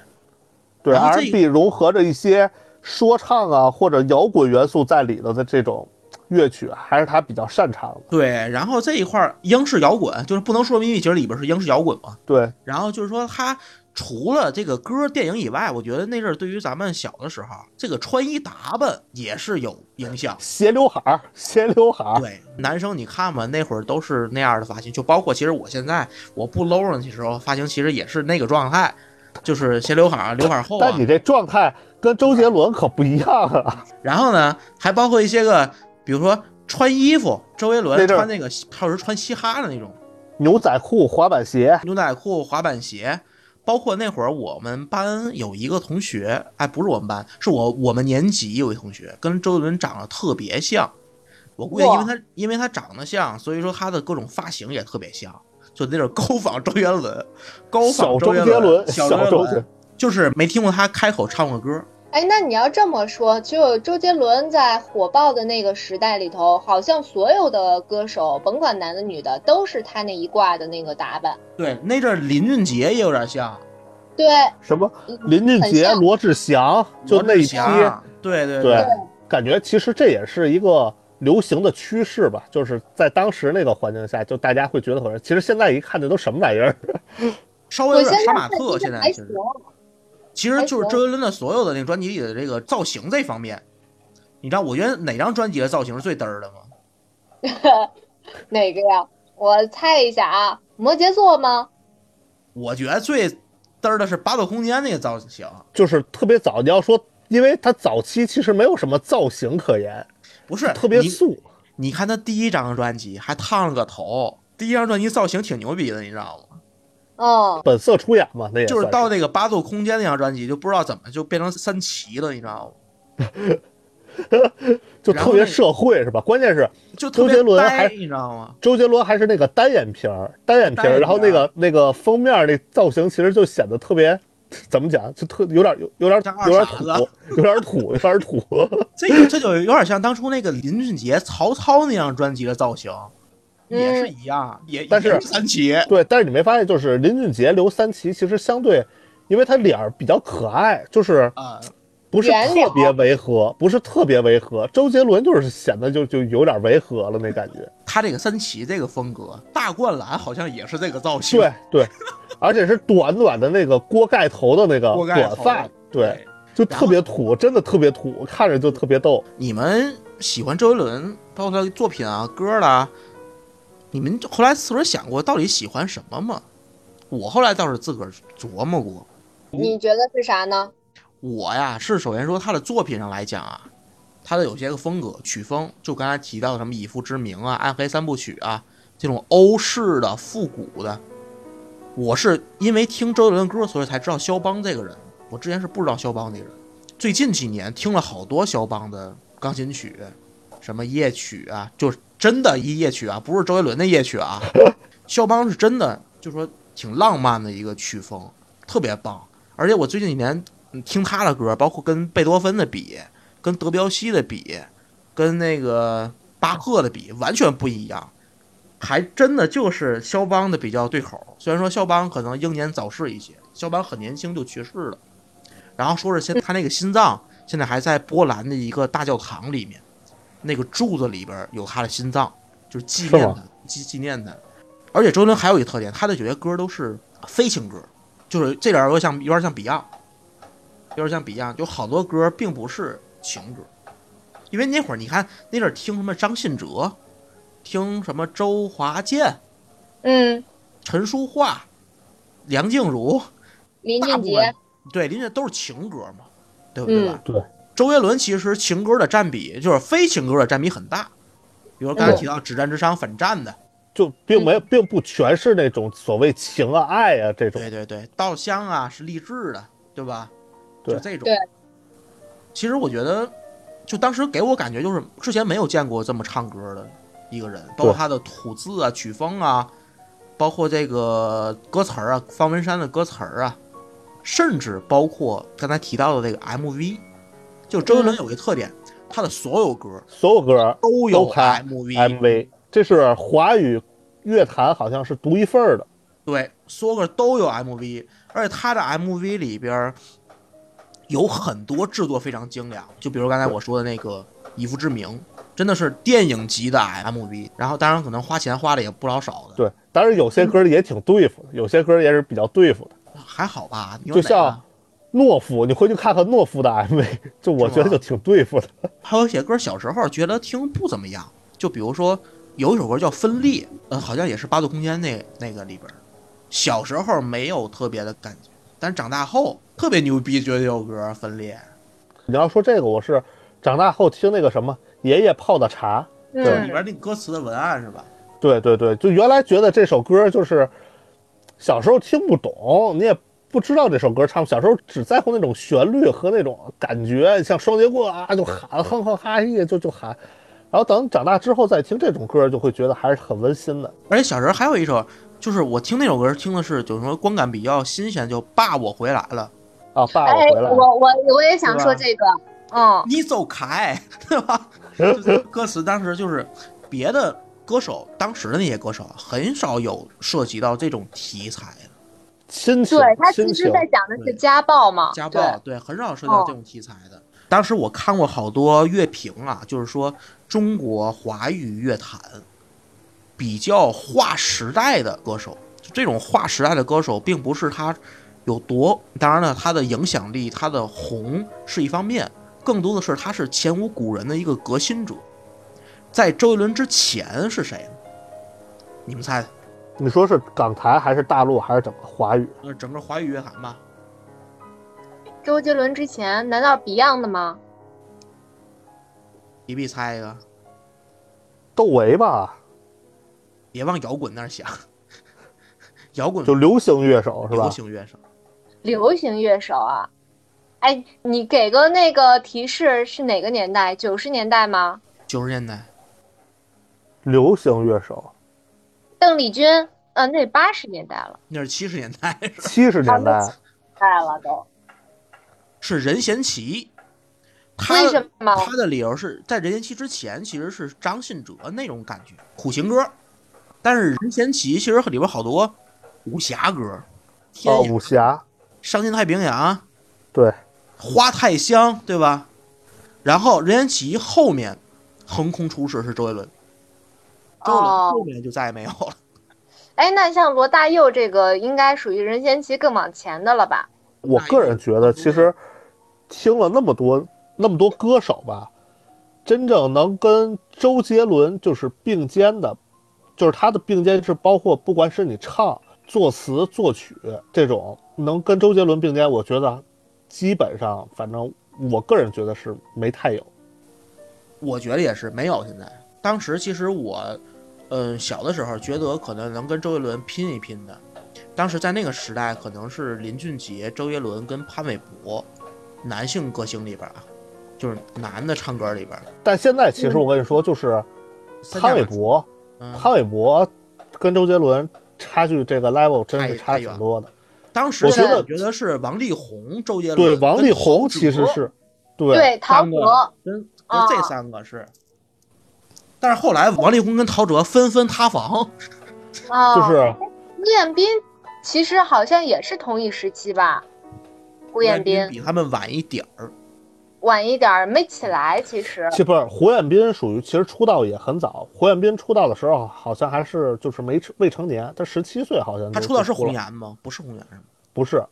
S4: 对
S2: 然后这
S4: R&B 融合着一些说唱啊或者摇滚元素在里头的这种乐曲，还是他比较擅长的。
S2: 对，然后这一块儿英式摇滚就是不能说秘密，其实里边是英式摇滚嘛。
S4: 对
S2: 然后就是说，他除了这个歌、电影以外，我觉得那阵儿对于咱们小的时候，这个穿衣打扮也是有影响。
S4: 斜刘海儿，斜刘海儿，
S2: 对，啊男生你看吧，那会儿都是那样的发型，就包括其实我现在我不搂上去的时候，发型其实也是那个状态，就是斜刘海儿、刘海儿厚啊
S4: 但。你这状态跟周杰伦可不一样啊！
S2: 然后呢，还包括一些个，比如说穿衣服，周杰伦
S4: 那阵儿
S2: 穿那个，还有人穿嘻哈的那种
S4: 牛仔裤、滑板鞋，
S2: 牛仔裤、滑板鞋。包括那会儿我们班有一个同学，哎，不是我们班，是我我们年级有一同学跟周杰伦长得特别像。我估计因
S5: 哇
S2: 为他因为他长得像，所以说他的各种发型也特别像，就那种高仿周杰伦，高
S4: 小
S2: 仿
S4: 周
S2: 杰
S4: 伦，
S2: 小
S4: 小周
S2: 伦。
S4: 杰，
S2: 就是没听过他开口唱过歌。
S5: 哎，那你要这么说，就周杰伦在火爆的那个时代里头，好像所有的歌手，甭管男的女的，都是他那一挂的那个打扮。
S2: 对，那阵儿林俊杰也有点像，
S5: 对，
S4: 什么
S5: 嗯
S4: 林俊
S5: 很
S4: 杰、
S5: 像
S4: 罗志祥，就那一批，
S2: 罗志祥啊对对
S4: 对，感觉其实这也是一个流行的趋势吧，就是在当时那个环境下，就大家会觉得很，其实现在一看这都什么玩意儿，
S2: 稍微
S5: 我
S2: 有
S5: 现
S2: 点
S5: 在
S2: 杀马
S5: 看
S2: 特。
S5: 觉
S2: 现
S5: 得
S2: 在
S5: 还
S2: 其
S5: 行
S2: 实，其实就是周杰伦的所有的那个专辑里的这个造型这方面，你知道我觉得哪张专辑的造型是最嘚儿的吗？
S5: 哪个呀？我猜一下啊，摩羯座吗？
S2: 我觉得最嘚儿的是八度空间那个造型，
S4: 就是特别早。你要说，因为他早期其实没有什么造型可言，
S2: 不是
S4: 特别
S2: 你
S4: 素。
S2: 你看他第一张专辑还烫了个头，第一张专辑造型挺牛逼的，你知道吗？
S5: 嗯，
S4: 本色出演嘛，那也
S2: 就
S4: 算
S2: 是
S4: 是
S2: 到那个八度空间那张专辑，就不知道怎么就变成三旗了，你知道吗？
S4: 就
S2: 然
S4: 特
S2: 后
S4: 别
S2: 那个
S4: 社会是吧？关键是
S2: 就特
S4: 周杰
S2: 别
S4: 伦
S2: 呆，
S4: 还
S2: 你知道吗？
S4: 周杰伦还是那个单眼皮儿，单眼皮
S2: 单眼皮
S4: 儿，
S2: 儿
S4: 然后那个那个封面那造型其实就显得特别，怎么讲，就特有点有有点
S2: 像
S4: 有点
S2: 二傻
S4: 土
S2: 子，
S4: 有点土，有点土。
S2: 这个这就有点像当初那个林俊杰、曹操那张专辑的造型，
S5: 嗯
S2: 也是一样，也
S4: 但是
S2: 也三旗。
S4: 对，但是你没发现，就是林俊杰、刘三奇其实相对，因为他脸儿比较可爱，就是
S2: 啊、
S4: 不是
S5: 圆脸
S4: 特别违和，不是特别违和。周杰伦就是显得就就有点违和了那感觉。
S2: 他这个三旗这个风格，大灌篮好像也 是这个造型。
S4: 对对，而且是短短的那个锅盖头的那个
S2: 锅盖
S4: 短
S2: 头
S4: 发，
S2: 哎
S4: 对，，就
S2: 然
S4: 特别土，真的特别土，看着就特别逗。
S2: 你们喜欢周杰伦，包括他的作品啊、歌啦，你们后来自个儿想过到底喜欢什么吗？我后来倒是自个儿琢磨过，
S5: 你觉得是啥呢？
S2: 我呀是首先说他的作品上来讲啊，他的有些个风格曲风，就刚才提到的什么《以父之名》啊、《暗黑三部曲》啊，这种欧式的复古的，我是因为听周杰伦歌，所以才知道肖邦这个人。我之前是不知道肖邦这个人，最近几年听了好多肖邦的钢琴曲，什么夜曲啊，就是真的一夜曲啊，不是周杰伦的夜曲啊。 肖邦是真的，就说挺浪漫的一个曲风，特别棒。而且我最近几年嗯听他的歌，包括跟贝多芬的比，跟德彪西的比，跟那个巴赫的比，完全不一样。还真的就是肖邦的比较对口。虽然说肖邦可能英年早逝一些，肖邦很年轻就去世了。然后说是现他那个心脏现在还在波兰的一个大教堂里面，那个柱子里边有他的心脏，就是纪念
S4: 是吗
S2: 他，纪纪念他。而且周杰伦还有一个特点，他的有些歌都是非情歌，就是这点儿又像有点像 Beyond，有点像 Beyond，有好多歌并不是情歌，因为那会儿你看那阵儿听什么张信哲，听什么周华健、
S5: 嗯，
S2: 陈淑桦、梁静茹，
S5: 林
S2: 大
S5: 俊
S2: 部
S5: 杰嗯
S2: 分，对，林俊都是情歌嘛，对不对吧？
S4: 对。
S2: 周杰伦其实情歌的占比，就是非情歌的占比很大，比如刚才
S5: 嗯
S2: 提到《止战之殇》反战的，
S4: 就
S2: 嗯
S4: 并没有，并不全是那种所谓情啊、爱啊这种
S2: 对，对对，稻香啊是励志的，对吧？
S4: 对
S2: 就这种。
S5: 对
S2: 其实我觉得，就当时给我感觉就是之前没有见过这么唱歌的一个人，包括
S4: 对
S2: 他的吐字啊、曲风啊，包括这个歌词儿啊，方文山的歌词儿啊，甚至包括刚才提到的这个 MV，就周杰伦有一个特点，他的所有歌
S4: 所有歌儿
S2: 都有
S4: 都拍
S2: MV，
S4: MV，这是华语乐坛好像是独一份儿的。
S2: 对，所有歌都有 MV，而且他的 MV 里边儿有很多制作非常精良，就比如刚才我说的那个《以父之名》，真的是电影级的 MV。然后当然可能花钱花的也不老少的，
S4: 对，当然有些
S2: 嗯
S4: 歌儿也挺对付的，有些歌儿也是比较对付的。
S2: 还好吧？你有
S4: 就
S2: 哪个
S4: 像懦夫，你回去看看懦夫的 MV，就我觉得就挺对付的。
S2: 还有写歌小时候觉得听不怎么样，就比如说有一首歌叫《分裂》，呃，好像也是八度空间那那个里边儿，小时候没有特别的感觉，但长大后特别牛逼，觉得这首歌《分裂》。
S4: 你要说这个，我是长大后听那个什么爷爷泡的茶，
S2: 就是里
S5: 嗯，
S2: 边那歌词的文案是吧？
S4: 对对对，就原来觉得这首歌就是小时候听不懂，你也不知道这首歌唱，小时候只在乎那种旋律和那种感觉，像双截棍啊就喊哼哼哈嘿就就喊，然后等长大之后再听这种歌，就会觉得还是很温馨的。
S2: 而且小时候还有一首，就是我听那首歌听的是，就是说观感比较新鲜，叫《爸我回来了》。
S4: 啊，爸爸
S5: 哎，
S4: 回来了。
S5: 我我我也想说这个，嗯，
S2: 你走开， 对吧？就是歌词当时就是别的歌手，当时的那些歌手啊很少有涉及到这种题材的
S4: 亲情
S5: 对他，其
S4: 亲
S5: 实
S4: 情，
S5: 在讲的
S2: 对
S5: 是家暴嘛，
S2: 家
S5: 对
S2: 暴，对，很少涉及到这种题材的。当时我看过好多乐评啊，就是说中国华语乐坛比较划时代的歌手，这种划时代的歌手，并不是他有多，当然了，他的影响力、他的红是一方面，更多的是他是前无古人的一个革新者。在周杰伦之前是谁呢？你们猜？
S4: 你说是港台还是大陆还是整个华语？
S2: 呃，整个华语乐坛吧，
S5: 周杰伦之前难道 Beyond 的吗？
S2: 一必猜一个，
S4: 窦唯吧，
S2: 别往摇滚那儿想， 摇滚
S4: 就流行乐手是吧
S2: 流？行乐手，
S5: 流行乐手啊，哎，你给个那个提示是哪个年代？九十年代吗？
S2: 九十年代
S4: 流行乐手，
S5: 邓丽君，呃，那八十年代了，
S2: 那是七十年代，
S4: 七十年代
S5: 代了都。
S2: 是任贤齐。他
S5: 为什么？
S2: 他的理由是在任贤齐之前其实是张信哲那种感觉，苦情歌。但是任贤齐其实里边好多武侠歌，天
S4: 哦，
S2: 涯
S4: 武侠，
S2: 伤心太平洋，
S4: 对，
S2: 花太香，对吧？然后任贤齐后面横空出世是周杰伦，周杰伦
S5: 哦
S2: 后面就再也没有了。
S5: 哎，那像罗大佑这个，应该属于任贤齐更往前的了吧？
S4: 我个人觉得，其实听了那么多那么多歌手吧，真正能跟周杰伦就是并肩的，就是他的并肩是包括不管是你唱、作词、作曲这种，能跟周杰伦并肩，我觉得基本上，反正我个人觉得是没太有。
S2: 我觉得也是没有。现在当时其实我，嗯，小的时候觉得可能能跟周杰伦拼一拼的。当时在那个时代，可能是林俊杰、周杰伦跟潘玮柏，男性歌星里边啊，就是男的唱歌里边，
S4: 但现在其实我跟你说，就是
S2: 嗯三
S4: 潘
S2: 驾马
S4: 玮柏，
S2: 嗯，
S4: 潘玮柏跟周杰伦差距这个 level 真是差挺多的。
S2: 当时
S4: 我觉得
S2: 我觉得是王力宏、周杰伦
S4: 对，
S2: 跟
S4: 王力宏
S2: 陶喆
S4: 其实是，对，
S5: 对，陶
S2: 三个
S5: 喆，
S2: 跟
S5: 啊
S2: 跟这三个是。但是后来王力宏跟陶喆纷纷塌房，
S5: 啊，
S4: 就是
S5: 顾雁斌，其实好像也是同一时期吧？顾雁
S2: 斌
S5: 斌
S2: 比他们晚一点儿，
S5: 晚一点儿没起来，其实
S4: 其不是胡彦斌属于其实出道也很早，胡彦斌出道的时候好像还是就是没成未成年，他十七岁好像
S2: 他
S4: 就
S2: 出道是
S4: 就
S2: 红
S4: 了
S2: 颜吗？不是红颜是吗？
S4: 不是，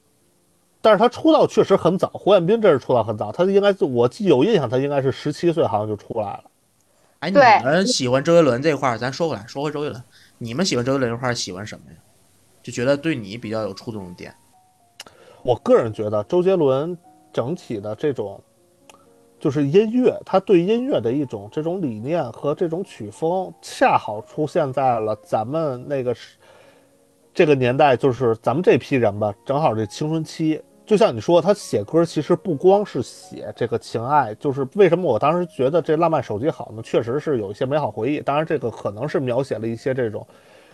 S4: 但是他出道确实很早，胡彦斌这是出道很早，他应该就我记有印象，他应该是十七岁好像就出来了。
S2: 哎，你
S5: 对
S2: 们喜欢周杰伦这块儿，咱说回来，说回周杰伦，你们喜欢周杰伦这块儿喜欢什么呀？就觉得对你比较有触动的点，
S4: 我个人觉得周杰伦整体的这种，就是音乐，他对音乐的一种这种理念和这种曲风，恰好出现在了咱们那个时这个年代，就是咱们这批人吧，正好这青春期。就像你说，他写歌其实不光是写这个情爱，就是为什么我当时觉得这《浪漫手机》好呢？确实是有一些美好回忆，当然这个可能是描写了一些这种，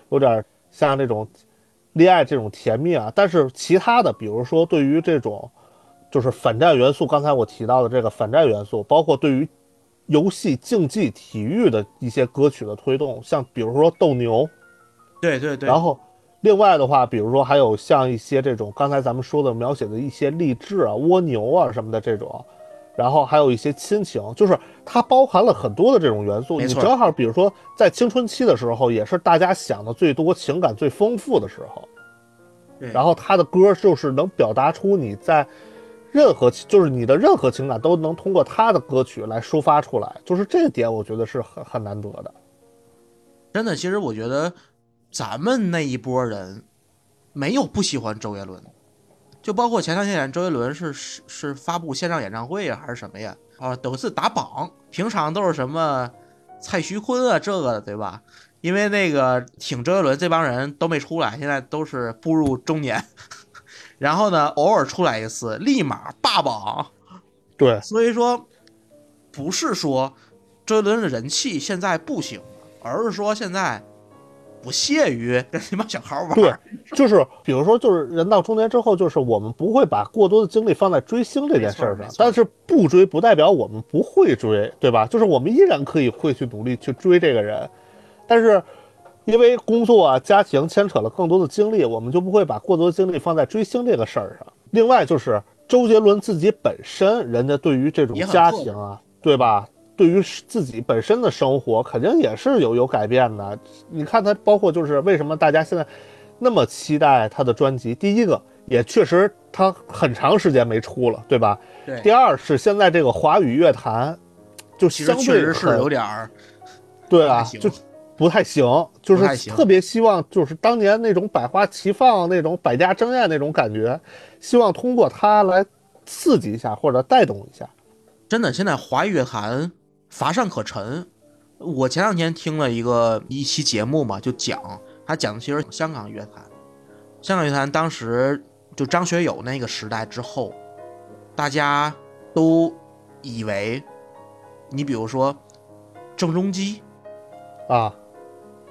S4: 有点像这种恋爱这种甜蜜啊，但是其他的，比如说对于这种就是反战元素，刚才我提到的这个反战元素，包括对于游戏、竞技、体育的一些歌曲的推动，像比如说斗牛，
S2: 对对对，
S4: 然后另外的话，比如说还有像一些这种刚才咱们说的描写的一些励志啊、蜗牛啊什么的这种，然后还有一些亲情，就是它包含了很多的这种元素。
S2: 没
S4: 你
S2: 错
S4: 正好比如说在青春期的时候，也是大家想的最多、情感最丰富的时候。
S2: 对
S4: 然后他的歌就是能表达出你在任何就是你的任何情感都能通过他的歌曲来抒发出来，就是这点我觉得是很很难得的。
S2: 真的，其实我觉得咱们那一波人没有不喜欢周杰伦的，就包括前段时间周杰伦是是是发布线上演唱会呀、还是什么呀？啊，都是打榜，平常都是什么蔡徐坤啊这个的，对吧？因为那个挺周杰伦这帮人都没出来，现在都是步入中年， 然后呢，偶尔出来一次，立马霸榜，
S4: 对，
S2: 所以说，不是说周杰伦的人气现在不行，而是说现在不屑于跟那帮小孩玩。
S4: 对，就是比如说，就是人到中年之后，就是我们不会把过多的精力放在追星这件事
S2: 没错
S4: 儿
S2: 没
S4: 上
S2: 错，
S4: 但是不追不代表我们不会追，对吧？就是我们依然可以会去努力去追这个人，但是因为工作啊、家庭牵扯了更多的精力，我们就不会把过多的精力放在追星这个事儿上。另外就是周杰伦自己本身，人家对于这种
S2: 也很
S4: 家
S2: 刻
S4: 庭啊，对吧？对于自己本身的生活，肯定也是有有改变的。你看他，包括就是为什么大家现在那么期待他的专辑，第一个也确实他很长时间没出了，对吧？
S2: 对
S4: 第二是现在这个华语乐坛，就
S2: 其
S4: 相
S2: 实
S4: 对
S2: 确实是
S4: 很
S2: 有点儿
S4: 对
S2: 不
S4: 啊
S2: 太，行
S4: 就不太行，就
S2: 不太
S4: 是
S2: 行
S4: 特别希望就是当年那种百花齐放、那种百家争艳那种感觉，希望通过它来刺激一下或者带动一下。
S2: 真的，现在华语乐坛乏善可陈。我前两天听了一个一期节目嘛，就讲他讲的其实香港乐坛，香港乐坛当时就张学友那个时代之后，大家都以为，你比如说郑中基
S4: 啊，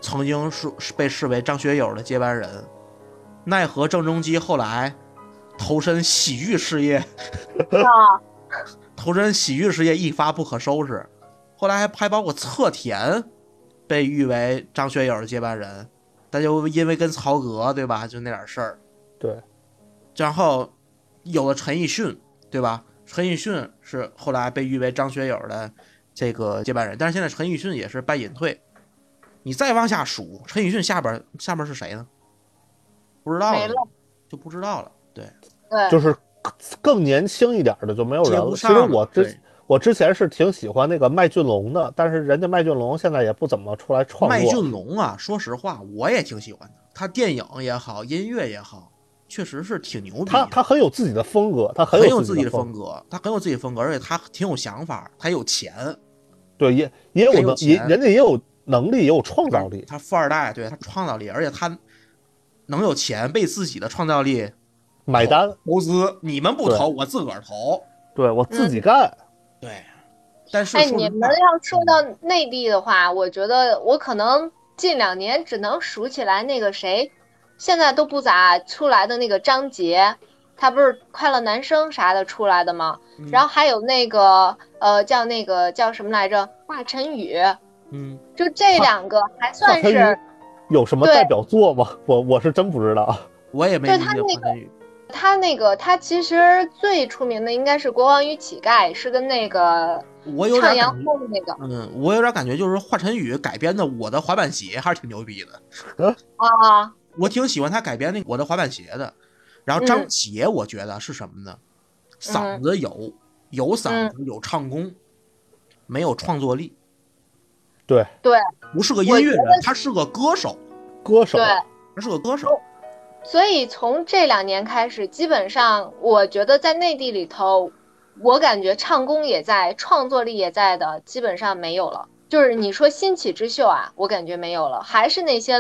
S2: 曾经是是被视为张学友的接班人，奈何郑中基后来投身喜剧事业，
S5: 啊，
S2: 投身喜剧事业一发不可收拾。后来还还包括侧田被誉为张学友的接班人，但就因为跟曹格对吧，就那点事儿。
S4: 对，
S2: 然后有了陈奕迅对吧？陈奕迅是后来被誉为张学友的这个接班人，但是现在陈奕迅也是半隐退。你再往下数，陈奕迅下边下边是谁呢？不知道
S5: 没了
S2: 就不知道了。对，
S5: 对，
S4: 就是更年轻一点的就没有人
S2: 哎接
S4: 了。
S2: 不
S4: 其
S2: 上
S4: 实
S2: 了。
S4: 我
S2: 对
S4: 之我之前是挺喜欢那个麦浚龙的，但是人家麦浚龙现在也不怎么出来创
S2: 麦
S4: 作。
S2: 浚龙啊，说实话，我也挺喜欢他，他电影也好，音乐也好，确实是挺牛逼的。
S4: 他他很有自己的风格，他
S2: 很
S4: 有
S2: 自己
S4: 己
S2: 的
S4: 风格。
S2: 风格，他很有自己的风格，而且他挺有想法，他有钱，
S4: 对，也也有
S2: 很有
S4: 能也
S2: 钱
S4: 人家也有能力，也有创造力。
S2: 他富二代，对他创造力，而且他能有钱被自己的创造力
S4: 买单，
S2: 投资。你们不
S4: 对
S2: 投，我自个儿投。
S4: 对我自己干。
S2: 对，但是
S5: 哎，
S2: 说
S5: 你
S2: 实话
S5: 们要说到内地的话，我觉得我可能近两年只能数起来那个谁，现在都不咋出来的那个张杰，他不是《快乐男生》啥的出来的吗？
S2: 嗯
S5: 然后还有那个呃叫那个叫什么来着，华晨宇，
S2: 嗯，
S5: 就这两个还算
S4: 华晨
S5: 是
S4: 宇有什么
S5: 对
S4: 代表作吗？我我是真不知道。
S2: 我也没
S5: 对
S2: 理
S5: 他
S2: 解
S5: 那
S2: 华晨宇。
S5: 他那个他其实最出名的应该是《国王与乞丐》，是跟那个
S2: 我有
S5: 唱
S2: 点
S5: 杨
S2: 感觉，
S5: 后的那个
S2: 嗯，我有点感觉，就是华晨宇改编的《我的滑板鞋》还是挺牛逼的。
S5: 啊，
S2: 我挺喜欢他改编那个《我的滑板鞋》的。然后
S5: 嗯
S2: 张杰，我觉得是什么呢？嗓子有，有嗓
S5: 嗯
S2: 子，有唱功，没有创作力。
S4: 对
S5: 对，
S2: 不是个音乐人，他是个歌手，
S4: 歌手
S5: 对。
S2: 他是个歌手。
S5: 所以从这两年开始，基本上我觉得在内地里头，我感觉唱功也在，创作力也在的，基本上没有了。就是你说新起之秀啊，我感觉没有了，还是那些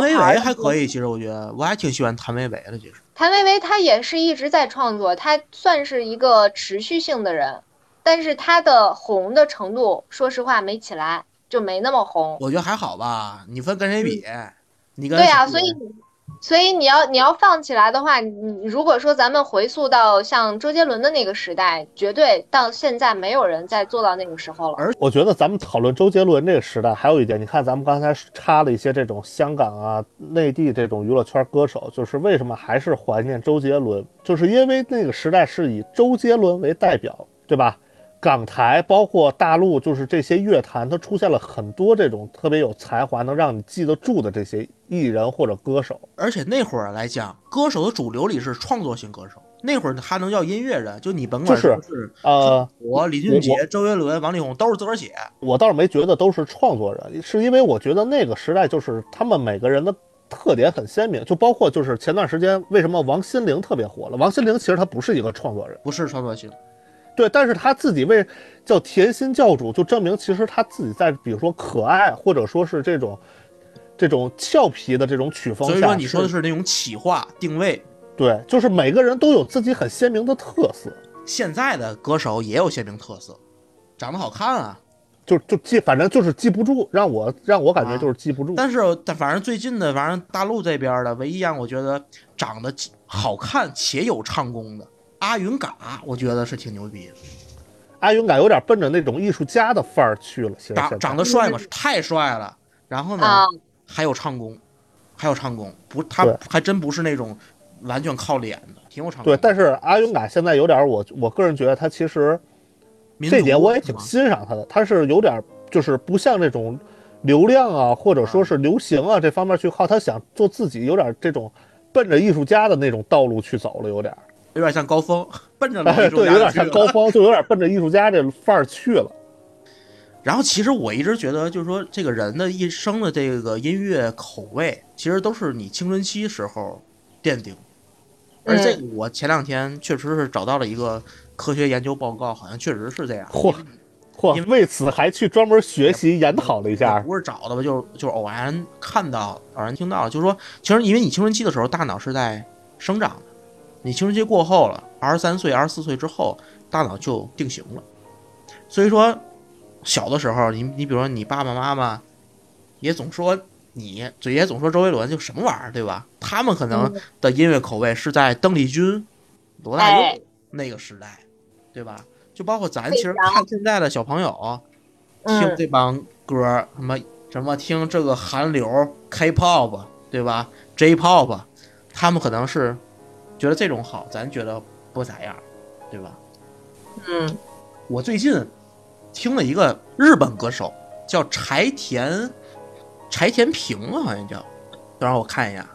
S2: 谭
S5: 牌
S2: 维
S5: 儿
S2: 维
S5: 的
S2: 还可以，其实我觉得我还挺喜欢谭维维的。其实
S5: 谭维维她也是一直在创作，她算是一个持续性的人，但是她的红的程度，说实话没起来，就没那么红。
S2: 我觉得还好吧。你分跟谁比？你跟
S5: 对啊，
S2: 谁
S5: 所以所以你要你要放起来的话，你如果说咱们回溯到像周杰伦的那个时代，绝对到现在没有人再做到那个时候了。
S4: 我觉得咱们讨论周杰伦这个时代，还有一点，你看咱们刚才插了一些这种香港啊、内地这种娱乐圈歌手，就是为什么还是怀念周杰伦，就是因为那个时代是以周杰伦为代表，对吧？港台包括大陆，就是这些乐坛，它出现了很多这种特别有才华、能让你记得住的这些艺人或者歌手。
S2: 而且那会儿来讲，歌手的主流里是创作型歌手。那会儿他能叫音乐人，就你甭管
S4: 就是
S2: 是
S4: 呃，
S2: 我李俊
S4: 我
S2: 杰、周杰伦、王力宏都是自个儿写。
S4: 我倒是没觉得都是创作人，是因为我觉得那个时代就是他们每个人的特点很鲜明，就包括就是前段时间为什么王心凌特别火了，王心凌其实她不是一个创作人，
S2: 不是创作型，
S4: 对，但是她自己为叫甜心教主，就证明其实她自己在比如说可爱或者说是这种这种俏皮的这种曲风
S2: 所
S4: 下，
S2: 以说你说的是那种企划定位。
S4: 对，就是每个人都有自己很鲜明的特色，
S2: 现在的歌手也有鲜明特色，长得好看啊，
S4: 就就记，反正就是记不住，让我让我感觉就是记不住。
S2: 啊但是但反正最近的，反正大陆这边的，唯一让我觉得长得好看且有唱功的阿云嘎，我觉得是挺牛逼的。
S4: 阿云嘎有点奔着那种艺术家的范儿去了，其实现在
S2: 长长得帅嘛，太帅了。然后呢，
S5: 啊
S2: 还有唱功，还有唱功，不，他
S4: 对
S2: 还真不是那种完全靠脸的，挺有唱功
S4: 对，
S2: 的。
S4: 但是阿云嘎现在有点我我个人觉得他其实
S2: 民
S4: 这
S2: 族
S4: 点我也
S2: 是
S4: 挺
S2: 吗
S4: 欣赏他的，他是有点就是不像那种流量啊，或者说是流行啊这方面去靠，他想做自己，有点这种奔着艺术家的那种道路去走了，有点，
S2: 有点像高峰， 奔着老嗯艺
S4: 哎对，
S2: 术
S4: 有
S2: 家
S4: 点
S2: 去
S4: 像
S2: 了
S4: 高峰， 就有点奔着艺术家这范儿去了。
S2: 然后其实我一直觉得，就是说这个人的一生的这个音乐口味，其实都是你青春期时候奠定。而这个我前两天确实是找到了一个科学研究报告，好像确实是这样。
S4: 嚯
S2: 因
S4: 嚯，为此还去专门学习研讨了一
S2: 也
S4: 下，
S2: 不是找的吧，就就是偶然看到、偶然听到，就是说，其实因为你青春期的时候，大脑是在生长的，你青春期过后了，二十三岁、二十四岁之后，大脑就定型了。所以说，小的时候，你你比如说你爸爸妈妈也总说你，嘴也总说周杰伦，就什么玩意儿，对吧？他们可能
S5: 嗯
S2: 的音乐口味是在邓丽君、罗大佑、
S5: 哎
S2: 那个时代，对吧？就包括咱
S5: 费
S2: 其实
S5: 翔
S2: 看现在的小朋友，听
S5: 嗯
S2: 这帮歌儿，什么什么听这个韩流、K-pop，对吧？J-pop，他们可能是觉得这种好，咱觉得不咋样，对吧？
S5: 嗯，
S2: 我最近听了一个日本歌手，叫柴田柴田平啊，好像叫，让我看一下，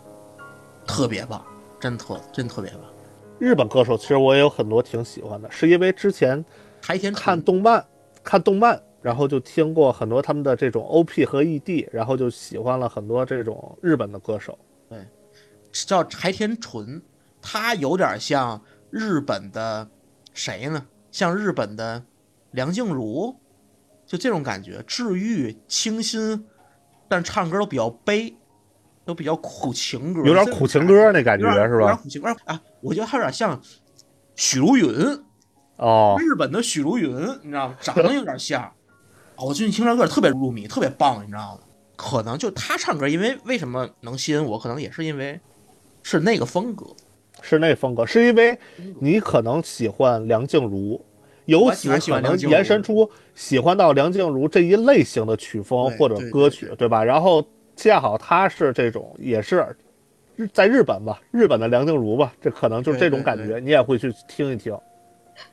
S2: 特别棒，真特真特别棒。
S4: 日本歌手其实我也有很多挺喜欢的，是因为之前
S2: 柴田
S4: 看
S2: 动
S4: 动漫，看动漫，然后就听过很多他们的这种 OP 和 ED，然后就喜欢了很多这种日本的歌手。
S2: 叫柴田纯，他有点像日本的谁呢？像日本的梁静茹，就这种感觉，治愈、清新，但唱歌都比较悲，都比较苦情歌，
S4: 有点
S2: 这种
S4: 苦情歌那
S2: 感
S4: 感觉
S2: 觉有点
S4: 是
S2: 有点
S4: 吧？
S2: 苦情歌啊，我觉得他有点像许茹芸，
S4: 哦，
S2: 日本的许茹芸，你知道吗？长得有点像。啊我最近听他歌特别入迷，特别棒，你知道吗？可能就他唱歌，因为为什么能吸引我？可能也是因为是那个风格。
S4: 是那风格，是因为你可能喜欢梁静茹，由
S2: 我喜
S4: 此
S2: 欢喜
S4: 可
S2: 欢梁
S4: 能
S2: 静茹
S4: 延伸出喜欢到梁静茹这一类型的曲风
S2: 对
S4: 或者
S2: 对
S4: 歌
S2: 对
S4: 曲，
S2: 对
S4: 对吧？然后恰好她是这种，也是日在日本吧，日本的梁静茹吧，这可能就是
S2: 对
S4: 这种
S2: 对
S4: 感
S2: 对
S4: 觉，你也会去听一听。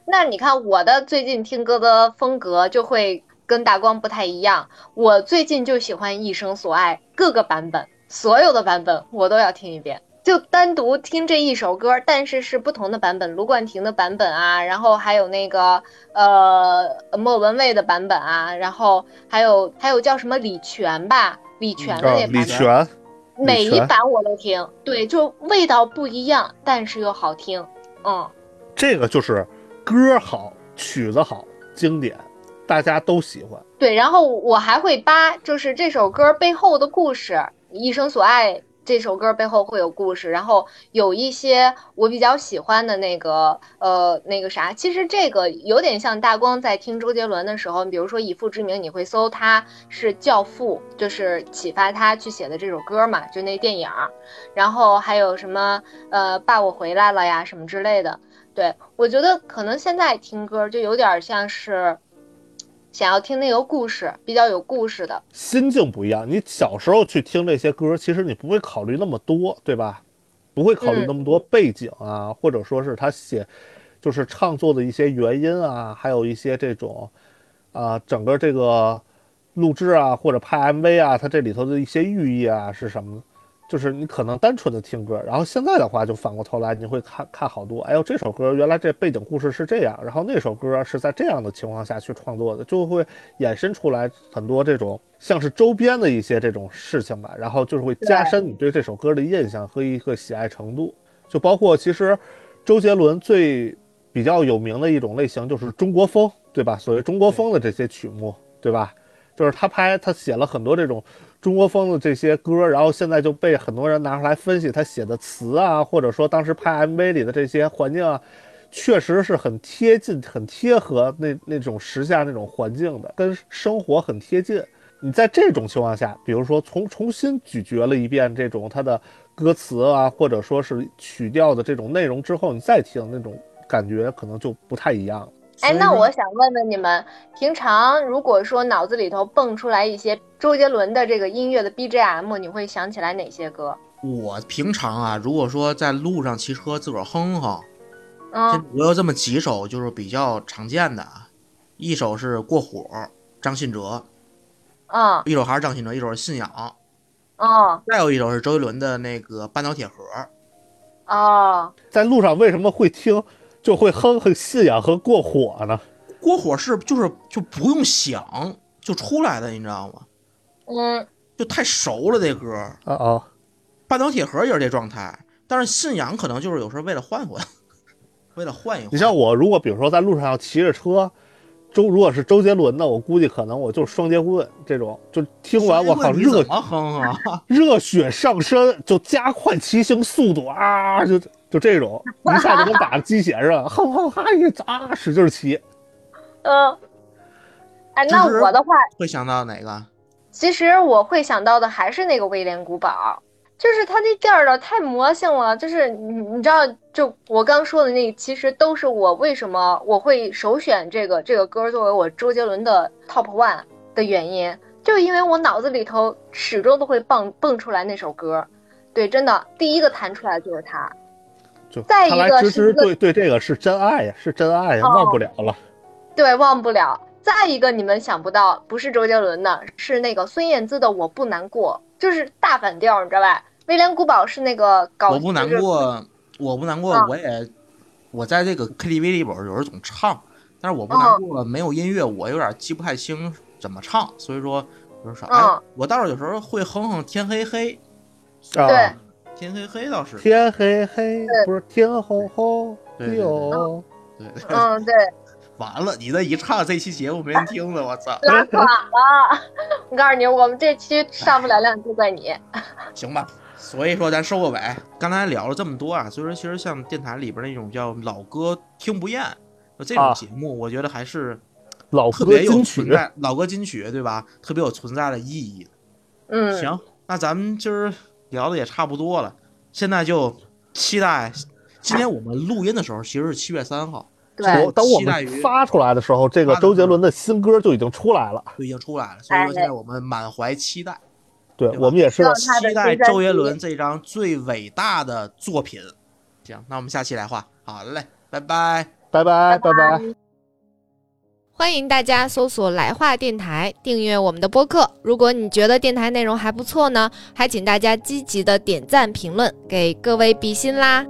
S5: 那你看我的最近听歌的风格就会跟大光不太一样，我最近就喜欢《一生所爱》各个版本，所有的版本我都要听一遍。就单独听这一首歌，但是是不同的版本，卢冠廷的版本啊，然后还有那个呃莫文蔚的版本啊，然后还有还有叫什么李泉吧，李泉
S2: 嗯
S5: 的
S4: 啊
S5: 那
S2: 也
S5: 版
S2: 李蛮，
S5: 本
S2: 泉，
S5: 每一
S4: 泉
S5: 版我都听，对，就味道不一样，但是又好听，嗯。
S4: 这个就是歌好，曲子好，经典，大家都喜欢。
S5: 对，然后我还会扒，就是这首歌背后的故事，《一生所爱》这首歌背后会有故事，然后有一些我比较喜欢的那个呃那个啥，其实这个有点像大光在听周杰伦的时候，比如说《以父之名》，你会搜他是教父，就是启发他去写的这首歌嘛，就那电影儿，然后还有什么呃爸我回来了呀什么之类的。对，我觉得可能现在听歌就有点像是想要听那个故事，比较有故事的。
S4: 心境不一样。你小时候去听这些歌，其实你不会考虑那么多，对吧？不会考虑那么多背景啊，或者说是他写，就是创作的一些原因啊，还有一些这种，啊、整个这个录制啊或者拍 MV 啊，它这里头的一些寓意啊是什么？就是你可能单纯的听歌，然后现在的话就反过头来，你会看看好多，哎呦，这首歌原来这背景故事是这样，然后那首歌是在这样的情况下去创作的，就会衍生出来很多这种像是周边的一些这种事情吧，然后就是会加深你对这首歌的印象和一个喜爱程度。就包括其实周杰伦最比较有名的一种类型就是中国风，对吧？所谓中国风的这些曲目，对吧？就是他拍他写了很多这种中国风的这些歌，然后现在就被很多人拿出来分析他写的词啊，或者说当时拍 MV 里的这些环境啊，确实是很贴近、很贴合那那种时下那种环境的，跟生活很贴近。你在这种情况下，比如说重重新咀嚼了一遍这种它的歌词啊，或者说是曲调的这种内容之后，你再听那种感觉可能就不太一样了。
S5: 哎，那我想问问你们，平常如果说脑子里头蹦出来一些周杰伦的这个音乐的 BGM，你会想起来哪些歌？
S2: 我平常啊，如果说在路上骑车自个儿哼哼，
S5: 嗯，
S2: 我有这么几首就是比较常见的，啊，一首是《过火》，张信哲；
S5: 嗯，
S2: 一首还是张信哲，一首是信仰，
S5: 嗯，
S2: 再有一首是周杰伦的那个《半岛铁盒》。
S5: 哦，
S4: 在路上为什么会听就会哼哼信仰和过火呢？
S2: 过火是就是就不用想就出来的，你知道吗？
S5: 嗯，
S2: 就太熟了这歌儿，
S4: 啊啊，
S2: 半岛铁盒也是这状态，但是信仰可能就是有时候为了换换，为了换一换。
S4: 你像我，如果比如说在路上要骑着车，周如果是周杰伦的，我估计可能我就双截棍这种，就听完我靠
S2: 你怎
S4: 热
S2: 么哼啊？
S4: 热血上身，就加快骑行速度啊，就就这种， 一下就跟打了鸡血似的， 哼哼哈一啊，使劲骑。
S5: 嗯。哎，那
S2: 就是
S5: 我的话，
S2: 会想到哪个？
S5: 其实我会想到的还是那个威廉古堡，就是他那调儿的太魔性了，就是你你知道，就我刚说的那，其实都是我为什么我会首选这个这个歌作为我周杰伦的 top one 的原因，就是因为我脑子里头始终都会蹦蹦出来那首歌，对，真的第一个弹出来就是它。
S4: 就
S5: 再一
S4: 看来
S5: 个
S4: 芝
S5: 是
S4: 芝
S5: 一个
S4: 对对这个是真爱呀，是真爱呀，
S5: 哦
S4: 忘不了了。
S5: 对，忘不了。再一个，你们想不到，不是周杰伦的，是那个孙燕姿的《我不难过》，就是大反调，你知道吧？威廉古堡是那个搞，
S2: 我不难
S5: 哦就是，
S2: 过，我不难过，
S5: 嗯
S2: 我也我在这个 KTV 里边儿有时候总唱，但是我
S5: 哦
S2: 不难过没有音乐，我有点记不太清怎么唱，所以说有时候哎
S5: 嗯，
S2: 我倒是有时候会哼哼《天黑黑》，
S4: 啊，
S2: 天黑黑倒是
S4: 天黑黑
S5: 对
S4: 不是天红红，
S2: 对对对
S4: 哟，
S2: 对，
S5: 嗯，对，
S2: 完了，你这一唱，这期节目没人听了，我操！
S5: 拉垮了。我告诉你，我们这期上不了两就怪你。
S2: 行吧，所以说咱收个尾。刚才聊了这么多啊，所以说其实像电台里边那种叫老歌听不厌，就这种
S4: 啊
S2: 节目，我觉得还是
S4: 老
S2: 特
S4: 歌
S2: 别有
S4: 金
S2: 存
S4: 曲。
S2: 在，老歌金曲对吧？特别有存在的意义。
S5: 嗯，
S2: 行，那咱们今儿聊的也差不多了，现在就期待今天我们录音的时候其实是七月三号，
S5: 对
S4: 我，当我
S2: 期待于
S4: 们发出来的时候，这个周杰伦的新歌就已经出来了。
S2: 就已经出
S5: 哎
S2: 来了，所以说现在我们满怀期待，
S4: 对
S2: 对吧
S4: 我们也
S5: 希
S4: 是
S5: 望他的
S2: 期待
S5: 新专
S2: 周杰
S5: 辑
S2: 伦这张最伟大的作品。行，那我们下期来画，好嘞，拜拜。
S4: 拜拜拜拜。
S3: 欢迎大家搜索“来话电台”，订阅我们的播客。如果你觉得电台内容还不错呢，还请大家积极的点赞、评论，给各位比心啦！